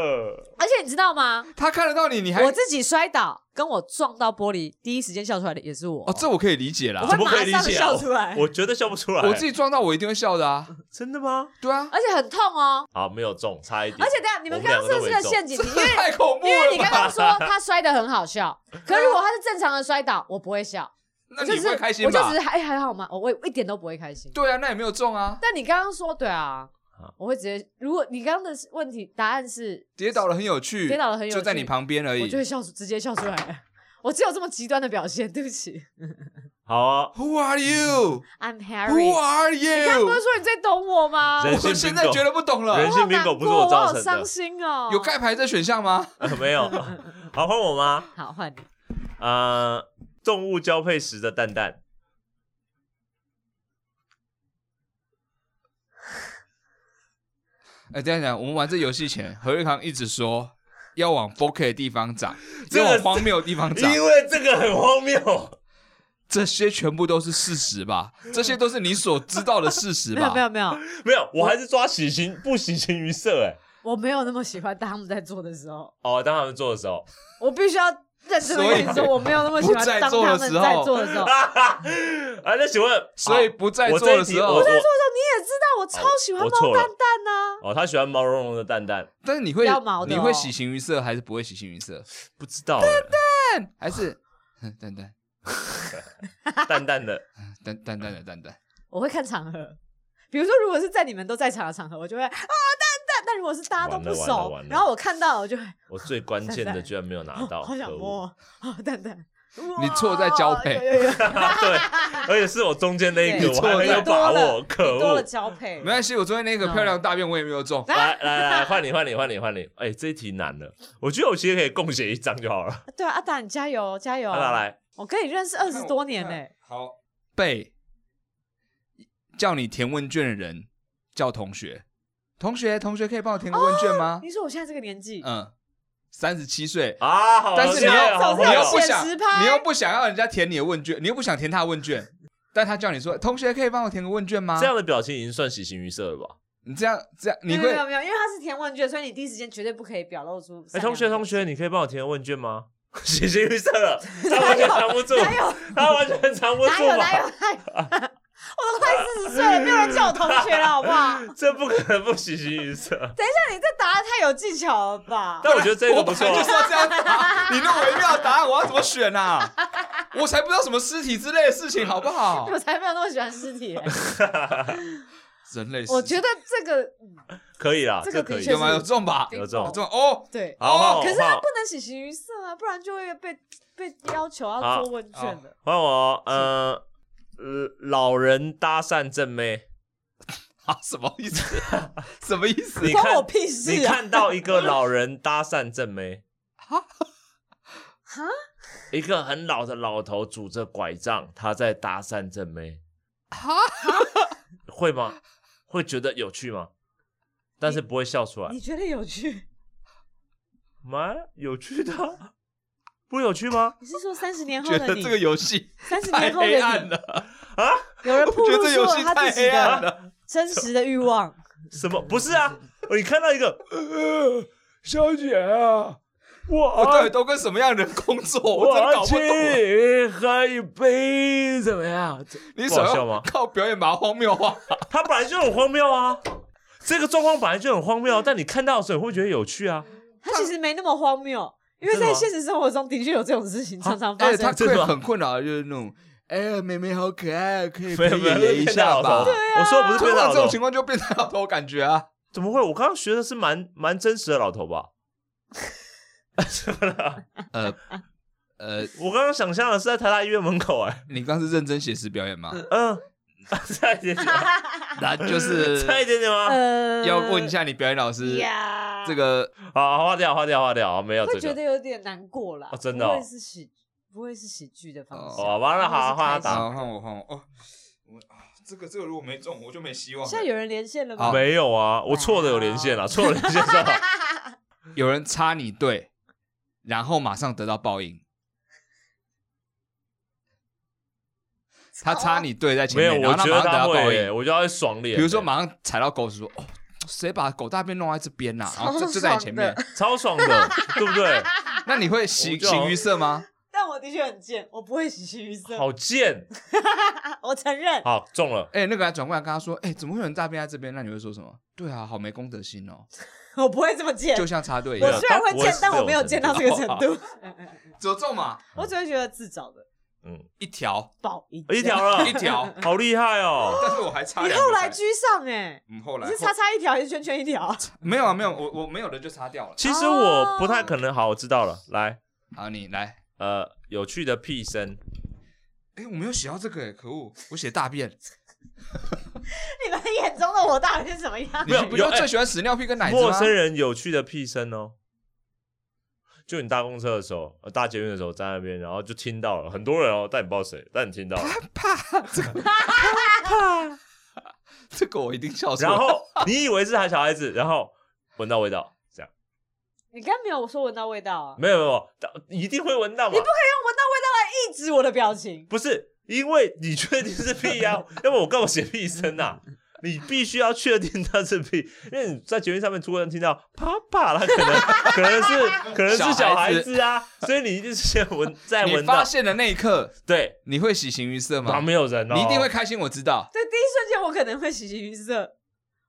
[SPEAKER 3] 而且你知道吗？
[SPEAKER 1] 他看得到你，你还
[SPEAKER 3] 我自己摔倒，跟我撞到玻璃，第一时间笑出来的也是我
[SPEAKER 1] 哦，，这我可以理解啦
[SPEAKER 3] 我。
[SPEAKER 2] 怎
[SPEAKER 3] 会
[SPEAKER 2] 么
[SPEAKER 3] 马
[SPEAKER 2] 可以理
[SPEAKER 3] 上
[SPEAKER 2] 解啊
[SPEAKER 3] 笑出来，
[SPEAKER 2] 我觉得笑不出来，
[SPEAKER 1] 我自己撞到我一定会笑的啊，
[SPEAKER 2] 真的吗？
[SPEAKER 1] 对啊，
[SPEAKER 3] 而且很痛哦。
[SPEAKER 2] 啊，没有中，差一点。
[SPEAKER 3] 而且等一下你们刚刚是不是个陷阱题？因为
[SPEAKER 1] 太恐怖
[SPEAKER 3] 因 为你
[SPEAKER 1] 了
[SPEAKER 3] 刚
[SPEAKER 1] 吧？
[SPEAKER 3] 刚说他摔得很好笑，可 是如果他是正常的摔倒，我不会笑，
[SPEAKER 1] 那
[SPEAKER 3] 就
[SPEAKER 1] 你
[SPEAKER 3] 是
[SPEAKER 1] 会开心
[SPEAKER 3] 我就
[SPEAKER 1] 吧
[SPEAKER 3] 只是？哎还还好吗？我我一点都不会开心。
[SPEAKER 1] 对啊，那也没有中啊，
[SPEAKER 3] 但你刚刚说对啊
[SPEAKER 2] 啊，
[SPEAKER 3] 我会直接，如果你刚刚的问题答案是
[SPEAKER 1] 跌倒了很有趣，
[SPEAKER 3] 跌倒了很有趣
[SPEAKER 1] 就在你旁边而
[SPEAKER 3] 我
[SPEAKER 1] 已
[SPEAKER 3] 就。会笑出，直接笑出来 了。我只有这么极端的表现，对不起
[SPEAKER 2] 好啊，
[SPEAKER 1] Who are you? Who
[SPEAKER 3] ，I'm 嗯 Harry。
[SPEAKER 1] are
[SPEAKER 3] 你刚刚不是
[SPEAKER 1] you?
[SPEAKER 3] 说你最懂我吗？
[SPEAKER 2] 人
[SPEAKER 3] 我
[SPEAKER 1] 我现在觉得不懂了
[SPEAKER 2] 人，
[SPEAKER 3] 好
[SPEAKER 2] 性
[SPEAKER 3] 难
[SPEAKER 2] bingo 不
[SPEAKER 3] 过，
[SPEAKER 2] 是我造成
[SPEAKER 3] 好
[SPEAKER 2] 的
[SPEAKER 3] 伤心哦。
[SPEAKER 1] 有盖牌这选项吗？
[SPEAKER 2] 呃没有， 好换我吗？
[SPEAKER 3] 好换你，
[SPEAKER 2] 呃，动物交配时的蛋蛋，
[SPEAKER 1] 哎，等一下等一下，我们玩这游戏前，何瑞康一直说要往 b o k e 的地方长，
[SPEAKER 2] 这
[SPEAKER 1] 要
[SPEAKER 2] 个
[SPEAKER 1] 往荒谬的地方长，
[SPEAKER 2] 因为这个很荒谬。
[SPEAKER 1] 这些全部都是事实吧？这些都是你所知道的事实
[SPEAKER 3] 没有
[SPEAKER 1] 吧
[SPEAKER 3] 没？有没有，
[SPEAKER 2] 没有，我还是抓喜形不喜形于色哎、
[SPEAKER 3] 我没有那么喜欢他们在做的时候，
[SPEAKER 2] 哦，当他们做的时候，
[SPEAKER 3] 我必须要认真
[SPEAKER 1] 所
[SPEAKER 3] 的
[SPEAKER 1] 以
[SPEAKER 3] 跟你说，我没有那么喜欢
[SPEAKER 1] 不在
[SPEAKER 3] 当
[SPEAKER 1] 做的
[SPEAKER 3] 他们
[SPEAKER 1] 时候
[SPEAKER 3] 在做的时 候。
[SPEAKER 2] 哈哈啊，那请问，
[SPEAKER 1] 所以
[SPEAKER 2] 好
[SPEAKER 1] 不在
[SPEAKER 2] 我
[SPEAKER 1] 做
[SPEAKER 2] 这一
[SPEAKER 1] 的
[SPEAKER 2] 题
[SPEAKER 1] 时候
[SPEAKER 2] 我，
[SPEAKER 3] 在做的时候你也知道，我超喜欢
[SPEAKER 2] 哦我错
[SPEAKER 3] 猫
[SPEAKER 2] 了
[SPEAKER 3] 蛋蛋啊呐、
[SPEAKER 2] 哦，他喜欢毛茸茸的蛋蛋，
[SPEAKER 1] 但是你会
[SPEAKER 3] 要毛的
[SPEAKER 1] 你
[SPEAKER 3] 哦
[SPEAKER 1] 会喜形于色还是不会喜形于色？
[SPEAKER 2] 不知道哎
[SPEAKER 1] 蛋还是蛋蛋
[SPEAKER 2] 蛋蛋的，
[SPEAKER 1] 蛋蛋蛋
[SPEAKER 3] 嗯
[SPEAKER 1] 的蛋蛋，
[SPEAKER 3] 我会看场合，比如说如果是在你们都在场的场合，我就会啊蛋蛋。但如果是大家都不
[SPEAKER 2] 完了完了
[SPEAKER 3] 熟
[SPEAKER 2] 完了，
[SPEAKER 3] 然后我看到我就会
[SPEAKER 2] 我最关键的居然没有拿到，
[SPEAKER 3] 哦好想
[SPEAKER 2] 可恶
[SPEAKER 3] 摸啊、哦蛋 蛋。
[SPEAKER 1] 你错在交配
[SPEAKER 3] 哇有有有
[SPEAKER 2] 对，而且是我中间那一
[SPEAKER 3] 对
[SPEAKER 2] 个，我还 没有把
[SPEAKER 3] 你多
[SPEAKER 2] 握
[SPEAKER 3] 了，
[SPEAKER 2] 可
[SPEAKER 3] 多了
[SPEAKER 2] 恶！
[SPEAKER 3] 交配，
[SPEAKER 1] 没关系，我昨天那个漂亮大便我也没有中，
[SPEAKER 2] 来来来，换你换你换你换你！哎、这一题难了，我觉得我其实可以共写一张就好了。
[SPEAKER 3] 对啊，阿达你加油加油！
[SPEAKER 2] 来来来，
[SPEAKER 3] 我跟你认识二十多年呢、
[SPEAKER 1] 好，被叫你填问卷的人叫同学，同学同学可以帮我填个问卷吗
[SPEAKER 3] 哦你？哦说我现在这个年纪，
[SPEAKER 1] 嗯，三十七岁。
[SPEAKER 2] 啊，好
[SPEAKER 1] 但是你又
[SPEAKER 2] 好好
[SPEAKER 3] 总
[SPEAKER 1] 你
[SPEAKER 3] 是
[SPEAKER 1] 又
[SPEAKER 3] 要
[SPEAKER 1] 不
[SPEAKER 3] 写
[SPEAKER 1] 想，
[SPEAKER 3] 实拍
[SPEAKER 1] 你又不想要人家填你的问卷，你又不想填他的问卷，但他叫你说，同学可以帮我填个问卷吗？
[SPEAKER 2] 这样的表情已经算喜形于色了吧？
[SPEAKER 1] 你这样这样，你
[SPEAKER 3] 没
[SPEAKER 1] 会
[SPEAKER 3] 有没
[SPEAKER 2] 啊
[SPEAKER 3] 有没有，因为他是填问卷，所以你第一时间绝对不可以表露出。
[SPEAKER 2] 哎、同学同
[SPEAKER 3] 学，
[SPEAKER 2] 学，你可以帮我填个问卷吗？ 喜形于色了，他完全藏不住， 他完全藏不
[SPEAKER 3] 哪有
[SPEAKER 2] 住啊
[SPEAKER 3] 哪有
[SPEAKER 2] 吧？
[SPEAKER 3] 哪有？我都快四十岁了，没有人叫我同学了，好不好？
[SPEAKER 2] 这不可能不喜形于色。
[SPEAKER 3] 等一下，你这答案太有技巧了吧？
[SPEAKER 2] 但我觉得这个
[SPEAKER 1] 我
[SPEAKER 2] 不
[SPEAKER 1] 本
[SPEAKER 2] 错
[SPEAKER 1] 来
[SPEAKER 2] 啊
[SPEAKER 1] 就，是要这样答，你那微妙的答案我要怎么选啊？我才不知道什么尸体之类的事情，好不好？
[SPEAKER 3] 我才没有那么喜欢尸 体、欸，
[SPEAKER 1] 人类尸体，
[SPEAKER 3] 我觉得这个嗯
[SPEAKER 2] 可以啦，
[SPEAKER 3] 这
[SPEAKER 2] 这
[SPEAKER 3] 个
[SPEAKER 2] 可
[SPEAKER 3] 的
[SPEAKER 2] 以
[SPEAKER 3] 确。
[SPEAKER 1] 有吗？有中吧？
[SPEAKER 2] 有中
[SPEAKER 1] 有中哦。
[SPEAKER 3] 对，
[SPEAKER 2] 好，换我
[SPEAKER 3] 可是他
[SPEAKER 2] 换我
[SPEAKER 3] 不能喜形于色啊，不然就会被被要求要
[SPEAKER 2] 好
[SPEAKER 3] 做问卷的。
[SPEAKER 2] 换我哦，呃，呃老人搭讪正妹，
[SPEAKER 1] 啊，什么意思？ 什么意思？
[SPEAKER 2] 你
[SPEAKER 3] 关我
[SPEAKER 2] 看，
[SPEAKER 3] 屁事啊！
[SPEAKER 2] 你看到一个老人搭讪 正妹，
[SPEAKER 3] 哈，
[SPEAKER 2] 一个很老的老头拄着拐杖，他在搭讪正妹，
[SPEAKER 1] 哈，
[SPEAKER 2] 会吗？ 会觉得有趣吗？但是不会笑出来
[SPEAKER 3] 你，觉得有趣？
[SPEAKER 2] 蛮有趣的啊，不有趣吗？
[SPEAKER 3] 你是说三十年后
[SPEAKER 1] 觉
[SPEAKER 3] 的
[SPEAKER 1] 得
[SPEAKER 3] 你
[SPEAKER 1] 这？个游戏
[SPEAKER 3] 三十
[SPEAKER 1] 太
[SPEAKER 3] 年后的
[SPEAKER 1] 黑暗
[SPEAKER 3] 你，
[SPEAKER 1] 了，
[SPEAKER 3] 有人暴
[SPEAKER 1] 觉得
[SPEAKER 3] 露
[SPEAKER 1] 这
[SPEAKER 3] 出
[SPEAKER 1] 游戏
[SPEAKER 3] 了他
[SPEAKER 1] 太
[SPEAKER 3] 自己
[SPEAKER 1] 黑暗
[SPEAKER 3] 的
[SPEAKER 1] 了。
[SPEAKER 3] 真实的欲望。
[SPEAKER 2] 什么？不是啊，你看到一个，
[SPEAKER 1] 呃 小姐啊，我
[SPEAKER 3] 哦
[SPEAKER 1] 到底
[SPEAKER 2] 我
[SPEAKER 1] 都跟什么样的人工作？我真的
[SPEAKER 2] 我
[SPEAKER 1] 搞不
[SPEAKER 2] 请
[SPEAKER 1] 懂。
[SPEAKER 2] 你喝一杯，怎么样？
[SPEAKER 1] 你
[SPEAKER 2] 不
[SPEAKER 1] 想
[SPEAKER 2] 好笑
[SPEAKER 1] 要
[SPEAKER 2] 吗
[SPEAKER 1] 靠表演把它荒谬啊化？
[SPEAKER 2] 他本来就很荒谬啊，这个状况本来就很荒谬啊，但你看到的时候你会觉得有 趣啊。
[SPEAKER 3] 他其实没那么荒谬，因为
[SPEAKER 2] 真的
[SPEAKER 3] 在
[SPEAKER 2] 吗
[SPEAKER 3] 现实生活中的确有这种事情常常发
[SPEAKER 1] 而且
[SPEAKER 3] 生
[SPEAKER 1] 哎他。
[SPEAKER 2] 真的
[SPEAKER 1] 会
[SPEAKER 2] 吗
[SPEAKER 1] 很困扰，就是那种，哎呀，妹妹好可爱，可以
[SPEAKER 2] 没
[SPEAKER 1] 陪
[SPEAKER 2] 有没有，
[SPEAKER 1] 爷爷一
[SPEAKER 2] 变大
[SPEAKER 1] 下
[SPEAKER 2] 老
[SPEAKER 1] 吧
[SPEAKER 2] 头。。我说的不是
[SPEAKER 1] 通
[SPEAKER 2] 变大
[SPEAKER 1] 常啊
[SPEAKER 2] 老
[SPEAKER 1] 这种
[SPEAKER 2] 头
[SPEAKER 1] 情，况就变大老头感觉啊，
[SPEAKER 2] 怎么会？我刚刚学的是蛮蛮真实的老头吧？
[SPEAKER 1] 呃呃，
[SPEAKER 2] 我刚刚想象的是在台大医院门口、哎，
[SPEAKER 1] 你刚是认真写诗表演吗？
[SPEAKER 2] 嗯，差一点点，
[SPEAKER 1] 那 就是
[SPEAKER 2] 差一点点吗？
[SPEAKER 3] 呃
[SPEAKER 1] 要问一下你表演老师，
[SPEAKER 3] 呀
[SPEAKER 1] 这个
[SPEAKER 2] 好，划掉，划掉，划掉，没有
[SPEAKER 3] 会觉
[SPEAKER 2] 这
[SPEAKER 3] 得
[SPEAKER 2] 个。
[SPEAKER 3] 有点难过啦，
[SPEAKER 2] 哦真的哦
[SPEAKER 3] 不会是喜，不会是喜剧的方
[SPEAKER 1] 哦
[SPEAKER 3] 式。
[SPEAKER 2] 好吧那好
[SPEAKER 3] 他
[SPEAKER 2] 换他
[SPEAKER 3] 们是开心
[SPEAKER 2] 打
[SPEAKER 1] 好换我换我哦，我啊这个这个如果没中我就没希望了。
[SPEAKER 3] 现在有人连线了吗
[SPEAKER 1] 好？
[SPEAKER 2] 没有啊，我错的有连线了，错的连线啊上
[SPEAKER 1] 有人插你队，然后马上得到报应。他插你队在前
[SPEAKER 2] 没有，
[SPEAKER 1] 面，然
[SPEAKER 2] 我
[SPEAKER 1] 后
[SPEAKER 2] 觉
[SPEAKER 1] 马
[SPEAKER 2] 得
[SPEAKER 1] 上得
[SPEAKER 2] 他
[SPEAKER 1] 到
[SPEAKER 2] 会、
[SPEAKER 1] 报
[SPEAKER 2] 哎
[SPEAKER 1] 应。
[SPEAKER 2] 我觉得他会爽脸、
[SPEAKER 1] 比如说
[SPEAKER 2] 哎
[SPEAKER 1] 马上踩到狗屎，说哦，谁把狗大便弄在这边呐、
[SPEAKER 3] 超
[SPEAKER 1] 然后就就在你前面
[SPEAKER 3] 爽，
[SPEAKER 2] 超爽的，对不对？
[SPEAKER 1] 那你会形
[SPEAKER 2] 我就好
[SPEAKER 1] 形于色吗？
[SPEAKER 3] 但我的确很贱，我不会喜剧于色，啊
[SPEAKER 2] 好贱，
[SPEAKER 3] 我承认。
[SPEAKER 2] 好中了，
[SPEAKER 1] 哎、那个人转过来跟他说，哎、怎么会有人大便在这边？那你会说什么？对啊，好没公德心哦，
[SPEAKER 3] 我不会这么贱。
[SPEAKER 1] 就像插队一
[SPEAKER 3] 我
[SPEAKER 1] 样
[SPEAKER 2] 是，
[SPEAKER 3] 虽然会
[SPEAKER 2] 他不
[SPEAKER 3] 贱
[SPEAKER 2] 会是，
[SPEAKER 3] 但
[SPEAKER 2] 这
[SPEAKER 3] 我
[SPEAKER 2] 种
[SPEAKER 3] 没有
[SPEAKER 2] 程
[SPEAKER 3] 贱
[SPEAKER 2] 度
[SPEAKER 3] 到这个程度。
[SPEAKER 1] 只有中嘛，
[SPEAKER 3] 我只会觉得自找的
[SPEAKER 2] 嗯，
[SPEAKER 1] 一条
[SPEAKER 3] 报应。
[SPEAKER 2] 一 条了，
[SPEAKER 1] 一条，
[SPEAKER 2] 好厉害哦！
[SPEAKER 1] 但是我还差
[SPEAKER 3] 你
[SPEAKER 1] 两个
[SPEAKER 3] 后来
[SPEAKER 1] 才
[SPEAKER 3] 居上哎，
[SPEAKER 1] 嗯后来
[SPEAKER 3] 你是
[SPEAKER 1] 后
[SPEAKER 3] 叉叉一条还是圈圈一条？
[SPEAKER 1] 没有啊没有，我我没有的就擦掉了。
[SPEAKER 2] 其实我不太可能，好，我知道了，
[SPEAKER 1] 哦
[SPEAKER 2] 来，
[SPEAKER 1] 好，你来，
[SPEAKER 2] 呃，有趣的屁声，
[SPEAKER 1] 哎、我没有写到这个、哎，可恶，我写大 便。
[SPEAKER 3] 你们眼中的我到底是什么样？
[SPEAKER 2] 没有
[SPEAKER 1] 你不就
[SPEAKER 2] 有哎
[SPEAKER 1] 最喜欢屎尿屁跟奶子吗？
[SPEAKER 2] 陌生人有趣的屁声哦。就你搭公车的时候，呃搭捷运的时候站在那边，然后就听到了很多人哦，但你不知道谁，但你 听到了，
[SPEAKER 1] 怕这个，这个我一定笑死。
[SPEAKER 2] 然后你以为是他小孩子，然后闻到味道，这样
[SPEAKER 3] 你刚没有说闻到味道啊？
[SPEAKER 2] 没有没有，没有一定会闻到嘛？
[SPEAKER 3] 用闻到味道来抑制我的表情。
[SPEAKER 2] 不是，因为你确定是屁呀、要不我干嘛写屁声啊？你必须要确定它是屁，因为你在捷运上面突然听到啪啪，它可能可能是可能是小孩子啊，所以你一定是先闻再
[SPEAKER 1] 你
[SPEAKER 2] 闻
[SPEAKER 1] 发
[SPEAKER 2] 到，
[SPEAKER 1] 现的那一刻，
[SPEAKER 2] 对，
[SPEAKER 1] 你会喜形于色吗
[SPEAKER 2] 旁？边有人哦，
[SPEAKER 1] 你一定会开心，我知道。
[SPEAKER 3] 对，第一瞬间我可能会喜形于色。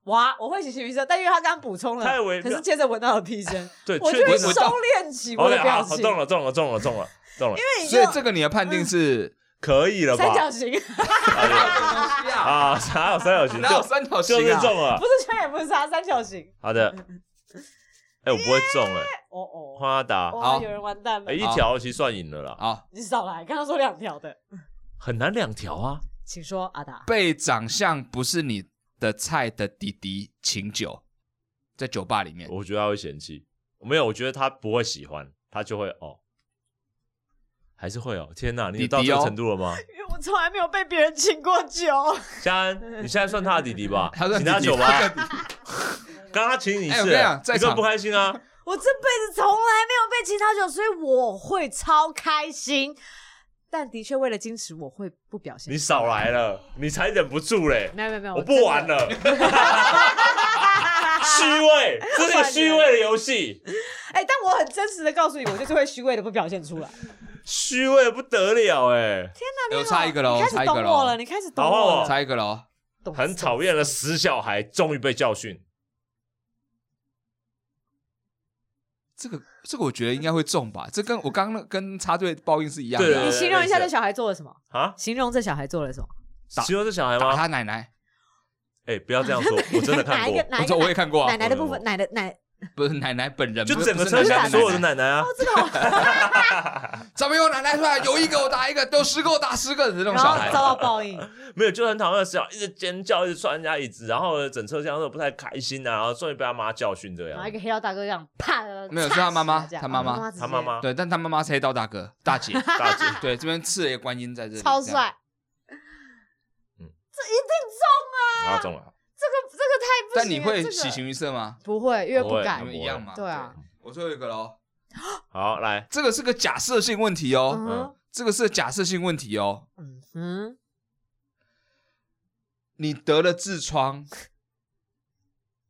[SPEAKER 3] 哇，我会喜形于色，但因为他刚刚补充了
[SPEAKER 2] 太微，
[SPEAKER 3] 可
[SPEAKER 2] 妙
[SPEAKER 3] 是接着闻到了屁声，
[SPEAKER 2] 对，
[SPEAKER 3] 我就
[SPEAKER 2] 确
[SPEAKER 3] 会
[SPEAKER 2] 定
[SPEAKER 3] 收
[SPEAKER 1] 闻到
[SPEAKER 3] 敛起我
[SPEAKER 2] OK，
[SPEAKER 3] 的
[SPEAKER 2] 好，
[SPEAKER 3] 表
[SPEAKER 2] 好
[SPEAKER 3] 情。
[SPEAKER 2] 中了，中了，中了，中了，中了，
[SPEAKER 3] 你
[SPEAKER 1] 所以
[SPEAKER 3] 就
[SPEAKER 1] 这个你的判定是
[SPEAKER 2] 可以了
[SPEAKER 3] 三角
[SPEAKER 2] 吧？哎
[SPEAKER 3] 形 嗯
[SPEAKER 1] 啊，
[SPEAKER 2] 啊，哪有三角形？
[SPEAKER 1] 哪有
[SPEAKER 2] 就
[SPEAKER 1] 三角形
[SPEAKER 2] 就是
[SPEAKER 1] 啊？
[SPEAKER 2] 中了
[SPEAKER 3] 不，是圈也不是叉，三角形。
[SPEAKER 2] 好的。哎，我不会中哎，
[SPEAKER 3] 哦哦，
[SPEAKER 2] 换他打，
[SPEAKER 3] 哇，
[SPEAKER 1] 好
[SPEAKER 3] 有人完蛋了
[SPEAKER 2] 哎，。一条其实算赢了啦，
[SPEAKER 1] 好，
[SPEAKER 3] 你少来，刚刚说两条的，
[SPEAKER 2] 很难两条啊。
[SPEAKER 3] 请说阿达。
[SPEAKER 1] 被长相不是你的菜的弟弟请酒，在酒吧里面，
[SPEAKER 2] 我觉得他会嫌弃。没有，我觉得他不会喜欢，他就会哦，还是会哦。天哪，你有
[SPEAKER 1] 弟弟
[SPEAKER 2] 到这个
[SPEAKER 1] 哦
[SPEAKER 2] 程度了吗？
[SPEAKER 3] 因为我从来没有被别人请过酒，
[SPEAKER 2] 嘉安，你现在算他的弟弟吧？
[SPEAKER 1] 他说
[SPEAKER 2] 请他
[SPEAKER 1] 弟弟
[SPEAKER 2] 酒吧。刚刚他请你一
[SPEAKER 1] 哎我
[SPEAKER 2] 次，
[SPEAKER 1] 跟你讲在
[SPEAKER 2] 你根
[SPEAKER 1] 场
[SPEAKER 2] 本不开心啊！
[SPEAKER 3] 我这辈子从来没有被请到酒，所以我会超开心。但的确为了矜持，我会不表现。
[SPEAKER 2] 你少来了，你才忍不住嘞！
[SPEAKER 3] 没有没有没有，
[SPEAKER 2] 我不玩
[SPEAKER 3] 了。
[SPEAKER 2] 了，虚伪，这是个虚伪的游戏，
[SPEAKER 3] 哎、但我很真实的告诉你，我就是会虚伪的不表现出 来。天
[SPEAKER 2] 虚伪得不得了哎，
[SPEAKER 3] 哪，
[SPEAKER 1] 有
[SPEAKER 3] 你好
[SPEAKER 1] 哎差一个喽
[SPEAKER 3] 你开始
[SPEAKER 1] 差一
[SPEAKER 3] 懂
[SPEAKER 1] 个喽
[SPEAKER 3] 我了，你开始懂
[SPEAKER 2] 好换
[SPEAKER 3] 我
[SPEAKER 2] 我
[SPEAKER 3] 了，
[SPEAKER 1] 猜一个喽。
[SPEAKER 3] 懂
[SPEAKER 2] 很讨厌的死小孩终于被教训，
[SPEAKER 1] 这个这个我觉得应该会中吧，这跟我刚刚那跟插队报应是一样
[SPEAKER 2] 对
[SPEAKER 1] 的
[SPEAKER 2] 对
[SPEAKER 1] 啊
[SPEAKER 3] 你
[SPEAKER 2] 对。
[SPEAKER 3] 形容一下这小孩做了什么？
[SPEAKER 2] 啊！
[SPEAKER 3] 形容这小孩做了什么？
[SPEAKER 1] 打
[SPEAKER 2] 形容这小孩
[SPEAKER 1] 打
[SPEAKER 2] 吗？
[SPEAKER 1] 他奶奶，
[SPEAKER 2] 哎，不要这样说，我真的看
[SPEAKER 3] 哪一
[SPEAKER 2] 过
[SPEAKER 3] 个。哪
[SPEAKER 1] 我
[SPEAKER 3] 一个
[SPEAKER 1] 这我也看过啊
[SPEAKER 3] 奶，奶的部
[SPEAKER 2] 我
[SPEAKER 3] 分，奶的奶，
[SPEAKER 1] 不是奶奶本人，
[SPEAKER 2] 就
[SPEAKER 1] 不是
[SPEAKER 2] 整个
[SPEAKER 1] 不是
[SPEAKER 2] 车
[SPEAKER 1] 奶奶
[SPEAKER 2] 厢所有的
[SPEAKER 1] 奶奶
[SPEAKER 2] 奶奶啊，
[SPEAKER 3] 这个好，
[SPEAKER 1] 怎么有奶奶出来？有一个我打一个，有十个我打十个的那种
[SPEAKER 3] 然
[SPEAKER 1] 小
[SPEAKER 3] 后
[SPEAKER 1] 孩啊
[SPEAKER 3] 遭，到报应。
[SPEAKER 2] 没有，就很讨厌的事啊，一直尖叫，一直踹人家椅子，然后呢整车厢都不太开心啊，然后终于被他妈教训这
[SPEAKER 3] 然后一
[SPEAKER 2] 样。
[SPEAKER 3] 个黑道大哥这样啪，
[SPEAKER 1] 没有
[SPEAKER 3] 插
[SPEAKER 1] 是他妈妈
[SPEAKER 3] 死这样
[SPEAKER 1] 他妈妈
[SPEAKER 3] 直接
[SPEAKER 2] 他妈妈
[SPEAKER 1] 对，但他妈妈是黑道大哥大姐，
[SPEAKER 2] 大姐，
[SPEAKER 1] 对， 这边刺了一个观音在这里，
[SPEAKER 3] 超
[SPEAKER 1] 这样
[SPEAKER 3] 帅，
[SPEAKER 2] 然后中了，
[SPEAKER 3] 啊这个这个太
[SPEAKER 1] 但
[SPEAKER 3] 不行
[SPEAKER 1] 你
[SPEAKER 3] 了。
[SPEAKER 1] 会
[SPEAKER 3] 这个
[SPEAKER 1] 喜形于色吗？
[SPEAKER 3] 不会，因为不
[SPEAKER 1] 你
[SPEAKER 3] 敢
[SPEAKER 2] 不
[SPEAKER 1] 们
[SPEAKER 2] 会。
[SPEAKER 1] 一样嘛？
[SPEAKER 3] 对啊，
[SPEAKER 1] 我最后一个喽，
[SPEAKER 2] 好来，
[SPEAKER 1] 这个是个假设性问题
[SPEAKER 3] 嗯
[SPEAKER 1] 哦，
[SPEAKER 3] 哼
[SPEAKER 1] 这个是假设性问题哦。
[SPEAKER 3] 嗯哼，
[SPEAKER 1] 你得了痔疮，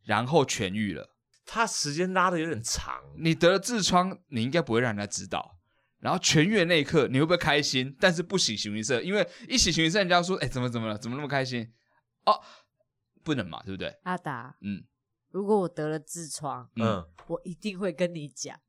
[SPEAKER 1] 然后痊愈了。
[SPEAKER 2] 他时间拉的有点长，
[SPEAKER 1] 你得了痔疮，你应该不会让人家知道。然后痊愈的那一刻，你会不会开心？但是不喜形于色，因为一喜形于色，人家说：“哎，怎么怎么了？怎么那么开心？”哦，不能嘛，对不对？
[SPEAKER 3] 阿达，
[SPEAKER 1] 嗯，
[SPEAKER 3] 如果我得了痔疮，
[SPEAKER 2] 嗯，
[SPEAKER 3] 我一定会跟你讲。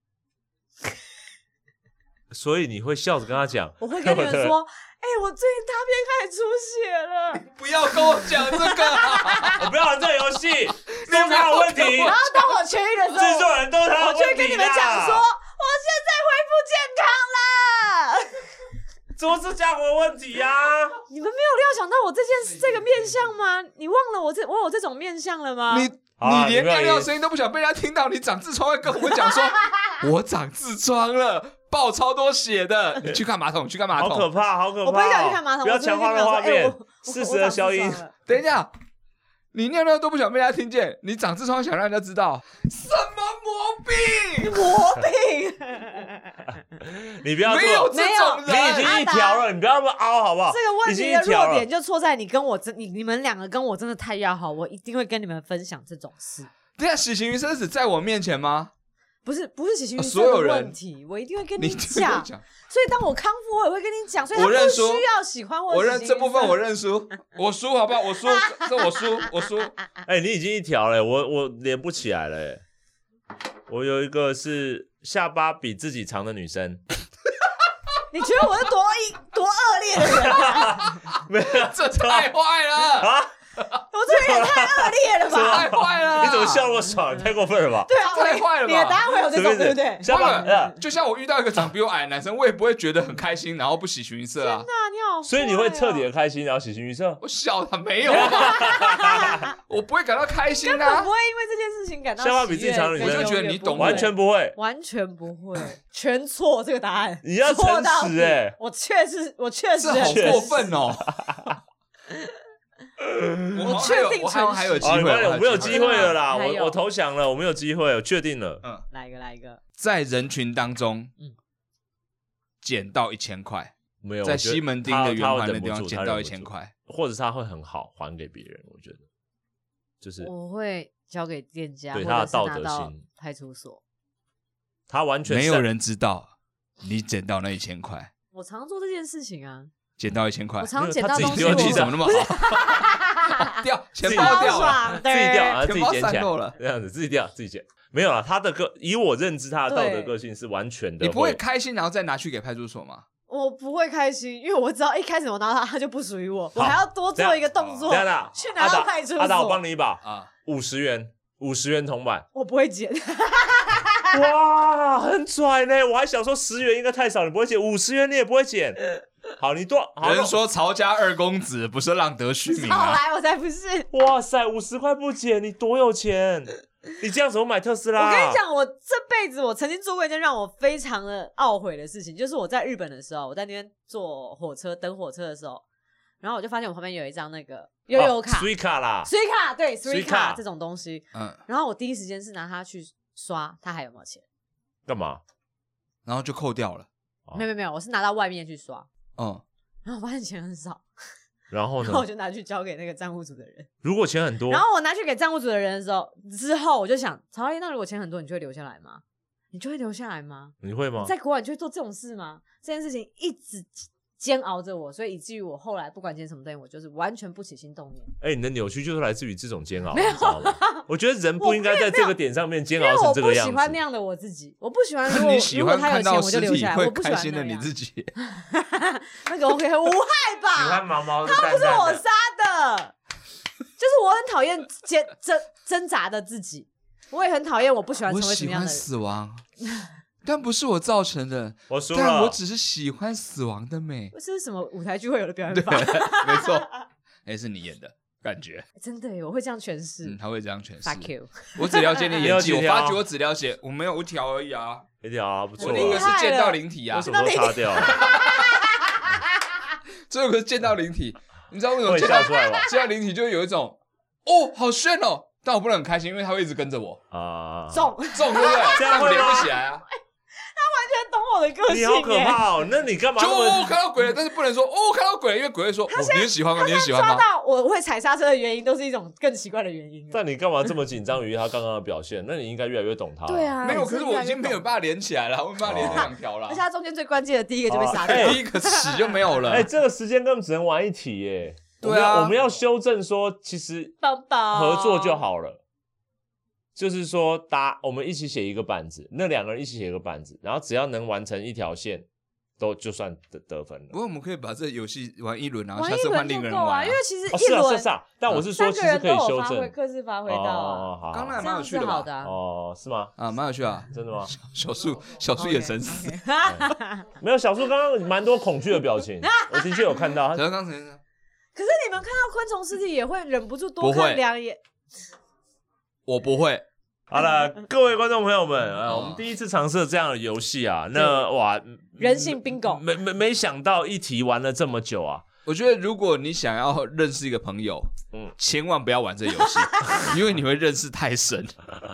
[SPEAKER 2] 所以你会笑着跟他 讲，
[SPEAKER 3] 我会跟你们说，哎、我最近大便开始出血了，
[SPEAKER 1] 不要跟我讲这个，
[SPEAKER 2] 我哦不要玩这游戏，都是他的问题，
[SPEAKER 3] 然后当我痊愈的时
[SPEAKER 2] 制
[SPEAKER 3] 候，
[SPEAKER 2] 作人都是他
[SPEAKER 3] 我
[SPEAKER 2] 的
[SPEAKER 3] 就会
[SPEAKER 2] 问
[SPEAKER 3] 跟你
[SPEAKER 2] 题
[SPEAKER 3] 们讲
[SPEAKER 2] 问题啊呀、
[SPEAKER 3] 你们没有料想到我这件这个面相吗？你忘了我这我有这种面相了吗？
[SPEAKER 1] 你
[SPEAKER 2] 好啊
[SPEAKER 1] 你连
[SPEAKER 2] 你不要
[SPEAKER 1] 尿尿
[SPEAKER 2] 也
[SPEAKER 1] 声音都不想被人家听到，你长痔疮会跟我讲说 我长痔疮了，爆超多血的，你去看马桶，去看马
[SPEAKER 2] 好可
[SPEAKER 1] 桶。
[SPEAKER 2] 怕，好可怕！
[SPEAKER 3] 我不会想去看马桶，
[SPEAKER 2] 不要
[SPEAKER 3] 我只是
[SPEAKER 2] 强化的
[SPEAKER 3] 想说
[SPEAKER 2] 画
[SPEAKER 3] 哎
[SPEAKER 2] 面
[SPEAKER 3] 我，我
[SPEAKER 2] 适时的消音
[SPEAKER 3] 我。长痔疮了
[SPEAKER 1] 等一下，你尿尿都不想被人家听见，你长痔疮想让人家知道，什么毛病？
[SPEAKER 3] 魔病，
[SPEAKER 2] 你不要
[SPEAKER 1] 没有
[SPEAKER 2] 做，
[SPEAKER 1] 这
[SPEAKER 3] 没有
[SPEAKER 1] 种
[SPEAKER 2] 你已
[SPEAKER 1] 人，
[SPEAKER 2] 经一条了，你不要那么凹，好不好？
[SPEAKER 3] 这个问
[SPEAKER 2] 已经
[SPEAKER 3] 题
[SPEAKER 2] 一
[SPEAKER 3] 的
[SPEAKER 2] 条
[SPEAKER 3] 弱
[SPEAKER 2] 了
[SPEAKER 3] 点。就错在你跟我真，你你们两个跟我真的太要好，我一定会跟你们分享这种事。
[SPEAKER 1] 等一下，喜形于色只在我面前吗？
[SPEAKER 3] 不是不是喜形于
[SPEAKER 1] 啊
[SPEAKER 3] 色
[SPEAKER 1] 所有
[SPEAKER 3] 的
[SPEAKER 1] 人
[SPEAKER 3] 问题，我一定会跟
[SPEAKER 1] 你这个
[SPEAKER 3] 讲。
[SPEAKER 1] 讲，
[SPEAKER 3] 所以当我康复，我也会跟你讲。所以他
[SPEAKER 1] 我认
[SPEAKER 3] 不
[SPEAKER 1] 输
[SPEAKER 3] 需要喜欢我
[SPEAKER 1] 我
[SPEAKER 3] 的
[SPEAKER 1] 认
[SPEAKER 3] 形
[SPEAKER 1] 这部分
[SPEAKER 3] 象
[SPEAKER 1] 我认输，我输好不好？我输，这这我输，我输。
[SPEAKER 2] 哎、你已经一条了，我我连不起来了。哎我有一个是下巴比自己长的 女生，
[SPEAKER 3] 你觉得我是多一多恶劣的人？
[SPEAKER 2] 没有
[SPEAKER 1] 这太坏了，
[SPEAKER 2] 啊？
[SPEAKER 3] 我这人也太恶劣 了吧
[SPEAKER 1] 太？坏了！
[SPEAKER 2] 你怎么笑那么爽？太过分了吧？
[SPEAKER 3] 对啊，我也
[SPEAKER 1] 太坏了吧
[SPEAKER 3] 你的答案会有这
[SPEAKER 2] 什么
[SPEAKER 3] 种，
[SPEAKER 2] 意
[SPEAKER 3] 对不
[SPEAKER 2] 思
[SPEAKER 3] 对？
[SPEAKER 2] 下巴
[SPEAKER 1] 坏
[SPEAKER 2] 呃，
[SPEAKER 1] 就像我遇到一个长比我矮的男生，我也不会觉得很开心，然后不喜形于色啊。
[SPEAKER 3] 那你好、哦
[SPEAKER 2] 所以你会彻底的。开心，然后喜形于色。
[SPEAKER 1] 我笑他没有啊， 我不会感到开心
[SPEAKER 3] 根本
[SPEAKER 1] 啊
[SPEAKER 3] 不。会因为这件事情感到
[SPEAKER 2] 下巴
[SPEAKER 3] 喜
[SPEAKER 2] 比自己
[SPEAKER 3] 悦
[SPEAKER 2] 长的女
[SPEAKER 3] 跟优
[SPEAKER 2] 生
[SPEAKER 1] 我就觉得
[SPEAKER 3] 越
[SPEAKER 1] 你
[SPEAKER 3] 不
[SPEAKER 1] 懂
[SPEAKER 3] 会
[SPEAKER 2] 完全不会。
[SPEAKER 3] 完全不会，全错这个答案，
[SPEAKER 2] 你要
[SPEAKER 3] 错到
[SPEAKER 2] 诚实
[SPEAKER 3] 底
[SPEAKER 2] 欸
[SPEAKER 3] 我确实，我确实
[SPEAKER 1] 这好
[SPEAKER 3] 很诚
[SPEAKER 1] 过
[SPEAKER 3] 实
[SPEAKER 1] 分哦！ 我还有
[SPEAKER 3] 确定
[SPEAKER 1] 我还有
[SPEAKER 3] 诚实
[SPEAKER 1] 还有机
[SPEAKER 2] 啊，
[SPEAKER 1] 会，
[SPEAKER 2] 你快点，我没有机会了啦，
[SPEAKER 3] 还有
[SPEAKER 2] 我我投降了，我没有机会，我确定了。
[SPEAKER 3] 来一个，来一个，
[SPEAKER 1] 在人群当中
[SPEAKER 3] 嗯，
[SPEAKER 1] 捡到一千块，
[SPEAKER 2] 没有，
[SPEAKER 1] 在
[SPEAKER 2] 我觉得
[SPEAKER 1] 西门町
[SPEAKER 2] 他
[SPEAKER 1] 的圆环
[SPEAKER 2] 他
[SPEAKER 1] 的
[SPEAKER 2] 忍不
[SPEAKER 1] 地方
[SPEAKER 2] 住
[SPEAKER 1] 捡到一千，块，
[SPEAKER 2] 他忍不住或者是他会很好还给别人，我觉得就是
[SPEAKER 3] 我会交给店家，
[SPEAKER 2] 对
[SPEAKER 3] 或
[SPEAKER 2] 他
[SPEAKER 3] 者
[SPEAKER 2] 的
[SPEAKER 3] 是
[SPEAKER 2] 道
[SPEAKER 3] 拿
[SPEAKER 2] 德
[SPEAKER 3] 到
[SPEAKER 2] 心
[SPEAKER 3] 派出所。
[SPEAKER 2] 他完全
[SPEAKER 1] 没有
[SPEAKER 2] 善
[SPEAKER 1] 人知道你捡到那一千块，
[SPEAKER 3] 我常做这件事情啊，
[SPEAKER 1] 捡到一千块
[SPEAKER 3] 我，常
[SPEAKER 2] 没有
[SPEAKER 3] 捡
[SPEAKER 2] 他
[SPEAKER 3] 到
[SPEAKER 2] 自己
[SPEAKER 3] 东西，
[SPEAKER 2] 丢
[SPEAKER 1] 运
[SPEAKER 2] 弃
[SPEAKER 1] 气
[SPEAKER 2] 的
[SPEAKER 1] 怎
[SPEAKER 3] 我
[SPEAKER 1] 么那么好？ 掉钱包
[SPEAKER 2] 自己
[SPEAKER 1] 掉
[SPEAKER 3] 超
[SPEAKER 1] 了，
[SPEAKER 3] 爽的，
[SPEAKER 2] 自己掉，
[SPEAKER 3] 哎
[SPEAKER 2] 然后
[SPEAKER 1] 钱
[SPEAKER 2] 自己
[SPEAKER 1] 包
[SPEAKER 2] 捡起
[SPEAKER 1] 散落
[SPEAKER 2] 来，
[SPEAKER 1] 了，
[SPEAKER 2] 这样子自己掉自己捡。没有啦，他的个以我认知，他的道德
[SPEAKER 3] 对
[SPEAKER 2] 个性是完全的。
[SPEAKER 1] 你不会开心然后再拿去给派出所吗？
[SPEAKER 3] 我不会开心，因为我知道一开始我拿到它，它就不属于我，我还要多做一个动
[SPEAKER 2] 等
[SPEAKER 3] 作
[SPEAKER 2] 一下
[SPEAKER 3] 哦
[SPEAKER 2] 啦，
[SPEAKER 3] 去
[SPEAKER 2] 阿
[SPEAKER 3] 拿
[SPEAKER 2] 达
[SPEAKER 3] 到派出所。
[SPEAKER 2] 阿达，我帮你一把，
[SPEAKER 1] 啊，
[SPEAKER 2] 五十元，五十元铜板。
[SPEAKER 3] 我不会 捡，
[SPEAKER 2] 哇，很拽呢！我还想说十元应该太少，你不会捡；五十元你也不会捡。好，你多好那
[SPEAKER 1] 人说曹家二公子不是浪得虚名
[SPEAKER 3] 后
[SPEAKER 1] 啊，
[SPEAKER 3] 来我才不是。我
[SPEAKER 2] 哇塞，五十块不捡，你多有钱！你这样怎么买特斯拉？啊
[SPEAKER 3] 跟你，讲，我这辈子我曾经做过一件让我非常的懊悔的事情，就是我在日本的时候，我在那边坐火车等火车的时候，然后我就发现我旁边有一张那个悠游卡、
[SPEAKER 2] 水卡啦，
[SPEAKER 3] 水卡，对水
[SPEAKER 2] 哦 Suica
[SPEAKER 3] 卡这种东西，
[SPEAKER 1] 嗯，
[SPEAKER 3] 然后我第一时间是拿它去刷，它还有没有钱？
[SPEAKER 2] 干嘛？
[SPEAKER 1] 然后就扣掉了，
[SPEAKER 2] 哦
[SPEAKER 3] 没有没有没有，我是拿到外面去刷，
[SPEAKER 1] 嗯，
[SPEAKER 3] 然后我发现钱很 少，
[SPEAKER 2] 然后
[SPEAKER 3] 然后我
[SPEAKER 2] 呢？
[SPEAKER 3] 就拿去交给那个账户组的人。
[SPEAKER 2] 如果钱很多
[SPEAKER 3] 然，后我拿去给账户组的人的时候，之后我就想，曹阿姨，那如果钱很多，你就会留下来吗？你就会留下来吗？
[SPEAKER 2] 你会吗？
[SPEAKER 3] 在国外你就会做这种事吗？这件事情一直煎熬着我，所以以至于我后来不管捡什么东西，我就是完全不起心动念，
[SPEAKER 2] 哎、你的扭曲就是来自于这种煎熬，你知道 吗？我觉得人不应该在这个点上面煎
[SPEAKER 3] 因
[SPEAKER 2] 熬
[SPEAKER 3] 为我
[SPEAKER 2] 成这
[SPEAKER 3] 不
[SPEAKER 2] 个样
[SPEAKER 3] 喜欢那
[SPEAKER 2] 子。
[SPEAKER 3] 样的我自己，我不喜欢如 果
[SPEAKER 1] 你喜
[SPEAKER 3] 如果
[SPEAKER 1] 欢
[SPEAKER 3] 他有
[SPEAKER 1] 看
[SPEAKER 3] 钱
[SPEAKER 1] 到
[SPEAKER 3] 我就
[SPEAKER 1] 尸
[SPEAKER 3] 留
[SPEAKER 1] 体
[SPEAKER 3] 下来，
[SPEAKER 1] 会
[SPEAKER 3] 我不喜
[SPEAKER 1] 开
[SPEAKER 3] 欢
[SPEAKER 1] 心
[SPEAKER 3] 那
[SPEAKER 1] 的你
[SPEAKER 3] 样。
[SPEAKER 1] 自己，
[SPEAKER 3] 那个 OK 无害吧？
[SPEAKER 2] 毛毛的，
[SPEAKER 3] 他不是我杀的，就是我很讨厌挣挣挣扎的自己，我也很讨厌我不喜欢
[SPEAKER 1] 我
[SPEAKER 3] 成为什
[SPEAKER 1] 喜
[SPEAKER 3] 么样
[SPEAKER 1] 欢
[SPEAKER 3] 的人。
[SPEAKER 1] 死 亡，但不是我造成的，
[SPEAKER 2] 我输
[SPEAKER 1] 但
[SPEAKER 2] 了，
[SPEAKER 1] 我只是喜欢死亡的美，
[SPEAKER 3] 这是什么舞台剧会有的表演
[SPEAKER 1] 对，
[SPEAKER 3] 法？
[SPEAKER 1] 没错，哎，是你演的感觉，
[SPEAKER 3] 真的耶，我会这样诠释。
[SPEAKER 1] 嗯，他会这样诠
[SPEAKER 3] Fuck
[SPEAKER 1] 释。
[SPEAKER 3] you！
[SPEAKER 1] 我只了解 你
[SPEAKER 2] 你有
[SPEAKER 1] 演技，
[SPEAKER 2] 几
[SPEAKER 1] 我
[SPEAKER 2] 条
[SPEAKER 1] 发觉我只了解，我没有一条而已啊，
[SPEAKER 2] 一点啊，不错
[SPEAKER 1] 我
[SPEAKER 2] 啊，
[SPEAKER 1] 另一个
[SPEAKER 3] 厉
[SPEAKER 1] 是
[SPEAKER 3] 害
[SPEAKER 1] 见到
[SPEAKER 3] 了
[SPEAKER 1] 灵体啊
[SPEAKER 2] 为，什么都擦掉了？
[SPEAKER 1] 最后一个是见到灵体，你知道为什么
[SPEAKER 2] 会
[SPEAKER 1] 见到
[SPEAKER 2] 笑出来吧？
[SPEAKER 1] 见到灵体就有一种哦，好炫哦，但我不能很开心，因为它会一直跟着我，
[SPEAKER 2] 啊，
[SPEAKER 3] 中， 完
[SPEAKER 1] 中对不对？
[SPEAKER 2] 这样
[SPEAKER 1] 我
[SPEAKER 2] 会吗
[SPEAKER 1] 连不起来啊，
[SPEAKER 3] 全懂我的个性欸
[SPEAKER 2] 你
[SPEAKER 3] 耶。
[SPEAKER 2] 好可怕哦！那你干嘛
[SPEAKER 1] 就
[SPEAKER 2] 那
[SPEAKER 1] 哦我
[SPEAKER 2] 么？
[SPEAKER 1] 看到鬼了，但是不能说哦我看到鬼了，因为鬼会说哦你是喜欢吗？你是喜欢
[SPEAKER 3] 抓
[SPEAKER 1] 吗？
[SPEAKER 3] 到我会踩刹车的原因，都是一种更奇怪的原因了。
[SPEAKER 2] 但你干嘛这么紧张于他刚刚的表现？那你应该越来越懂他。
[SPEAKER 3] 对，啊，
[SPEAKER 1] 没有，
[SPEAKER 3] 你
[SPEAKER 1] 可
[SPEAKER 3] 真
[SPEAKER 1] 是
[SPEAKER 3] 的
[SPEAKER 1] 我已
[SPEAKER 3] 越来越
[SPEAKER 1] 经没有
[SPEAKER 3] 懂，
[SPEAKER 1] 办法连起来了，我没办法连这两条了
[SPEAKER 3] 而且。它中间最关键的第一个就被杀掉
[SPEAKER 2] 哦。
[SPEAKER 1] 第一个屎就没有了
[SPEAKER 2] 哎，，这个时间根本只能玩一题耶。
[SPEAKER 1] 对啊
[SPEAKER 2] 我们要我们要修正说，其实
[SPEAKER 3] 宝宝
[SPEAKER 2] 合作
[SPEAKER 3] 哦
[SPEAKER 2] 就。好了。就是说，答我们一起写一个板子，那两个人一起写一个板子，然后只要能完成一条线，都就算得得分
[SPEAKER 1] 不
[SPEAKER 2] 了。
[SPEAKER 1] 过我们可以把这游戏玩一
[SPEAKER 2] 啊
[SPEAKER 1] 轮，然后
[SPEAKER 3] 玩
[SPEAKER 1] 下
[SPEAKER 3] 一
[SPEAKER 1] 次换
[SPEAKER 3] 轮
[SPEAKER 1] 另一个人
[SPEAKER 3] 就够啊，
[SPEAKER 1] 玩
[SPEAKER 3] 因为。其实
[SPEAKER 2] 哦，是
[SPEAKER 3] 一
[SPEAKER 2] 啊是啊
[SPEAKER 3] 轮
[SPEAKER 2] 是啊，但我是说
[SPEAKER 3] 三
[SPEAKER 2] 其
[SPEAKER 3] 个
[SPEAKER 2] 实
[SPEAKER 3] 人
[SPEAKER 2] 可
[SPEAKER 3] 都
[SPEAKER 2] 以
[SPEAKER 3] 有
[SPEAKER 2] 修
[SPEAKER 3] 发挥，
[SPEAKER 2] 正。
[SPEAKER 3] 各自发挥
[SPEAKER 2] 哦
[SPEAKER 3] 到啊，
[SPEAKER 2] 哦，好，
[SPEAKER 1] 刚
[SPEAKER 2] 好
[SPEAKER 1] 才
[SPEAKER 3] 这
[SPEAKER 1] 蛮有
[SPEAKER 3] 样
[SPEAKER 1] 趣
[SPEAKER 3] 是
[SPEAKER 1] 的
[SPEAKER 3] 好
[SPEAKER 1] 吧？
[SPEAKER 3] 的啊。
[SPEAKER 2] 哦，是吗？
[SPEAKER 1] 啊，蛮有趣的啊。
[SPEAKER 2] 真的吗？
[SPEAKER 1] 小
[SPEAKER 3] 哦
[SPEAKER 1] 树，小树眼神死。
[SPEAKER 2] 没有，小树刚刚蛮多恐惧的 表情，我的确有看到。
[SPEAKER 1] 小
[SPEAKER 2] 他
[SPEAKER 1] 树刚才
[SPEAKER 3] 可是你们看到昆虫尸体也会忍不住多
[SPEAKER 1] 不会
[SPEAKER 3] 看两眼，
[SPEAKER 1] 我不会，
[SPEAKER 2] 好了，各位观众朋友
[SPEAKER 3] 嗯
[SPEAKER 2] 们，呃，
[SPEAKER 1] 哦
[SPEAKER 2] 我们第一次尝试了这样的游戏啊，那哇，嗯
[SPEAKER 3] 人性 bingo
[SPEAKER 2] 没没没想到一题玩了这么久啊，
[SPEAKER 1] 我觉得如果你想要认识一个朋友，
[SPEAKER 2] 嗯
[SPEAKER 1] 千万不要玩这游 戏，因为你会认识太深，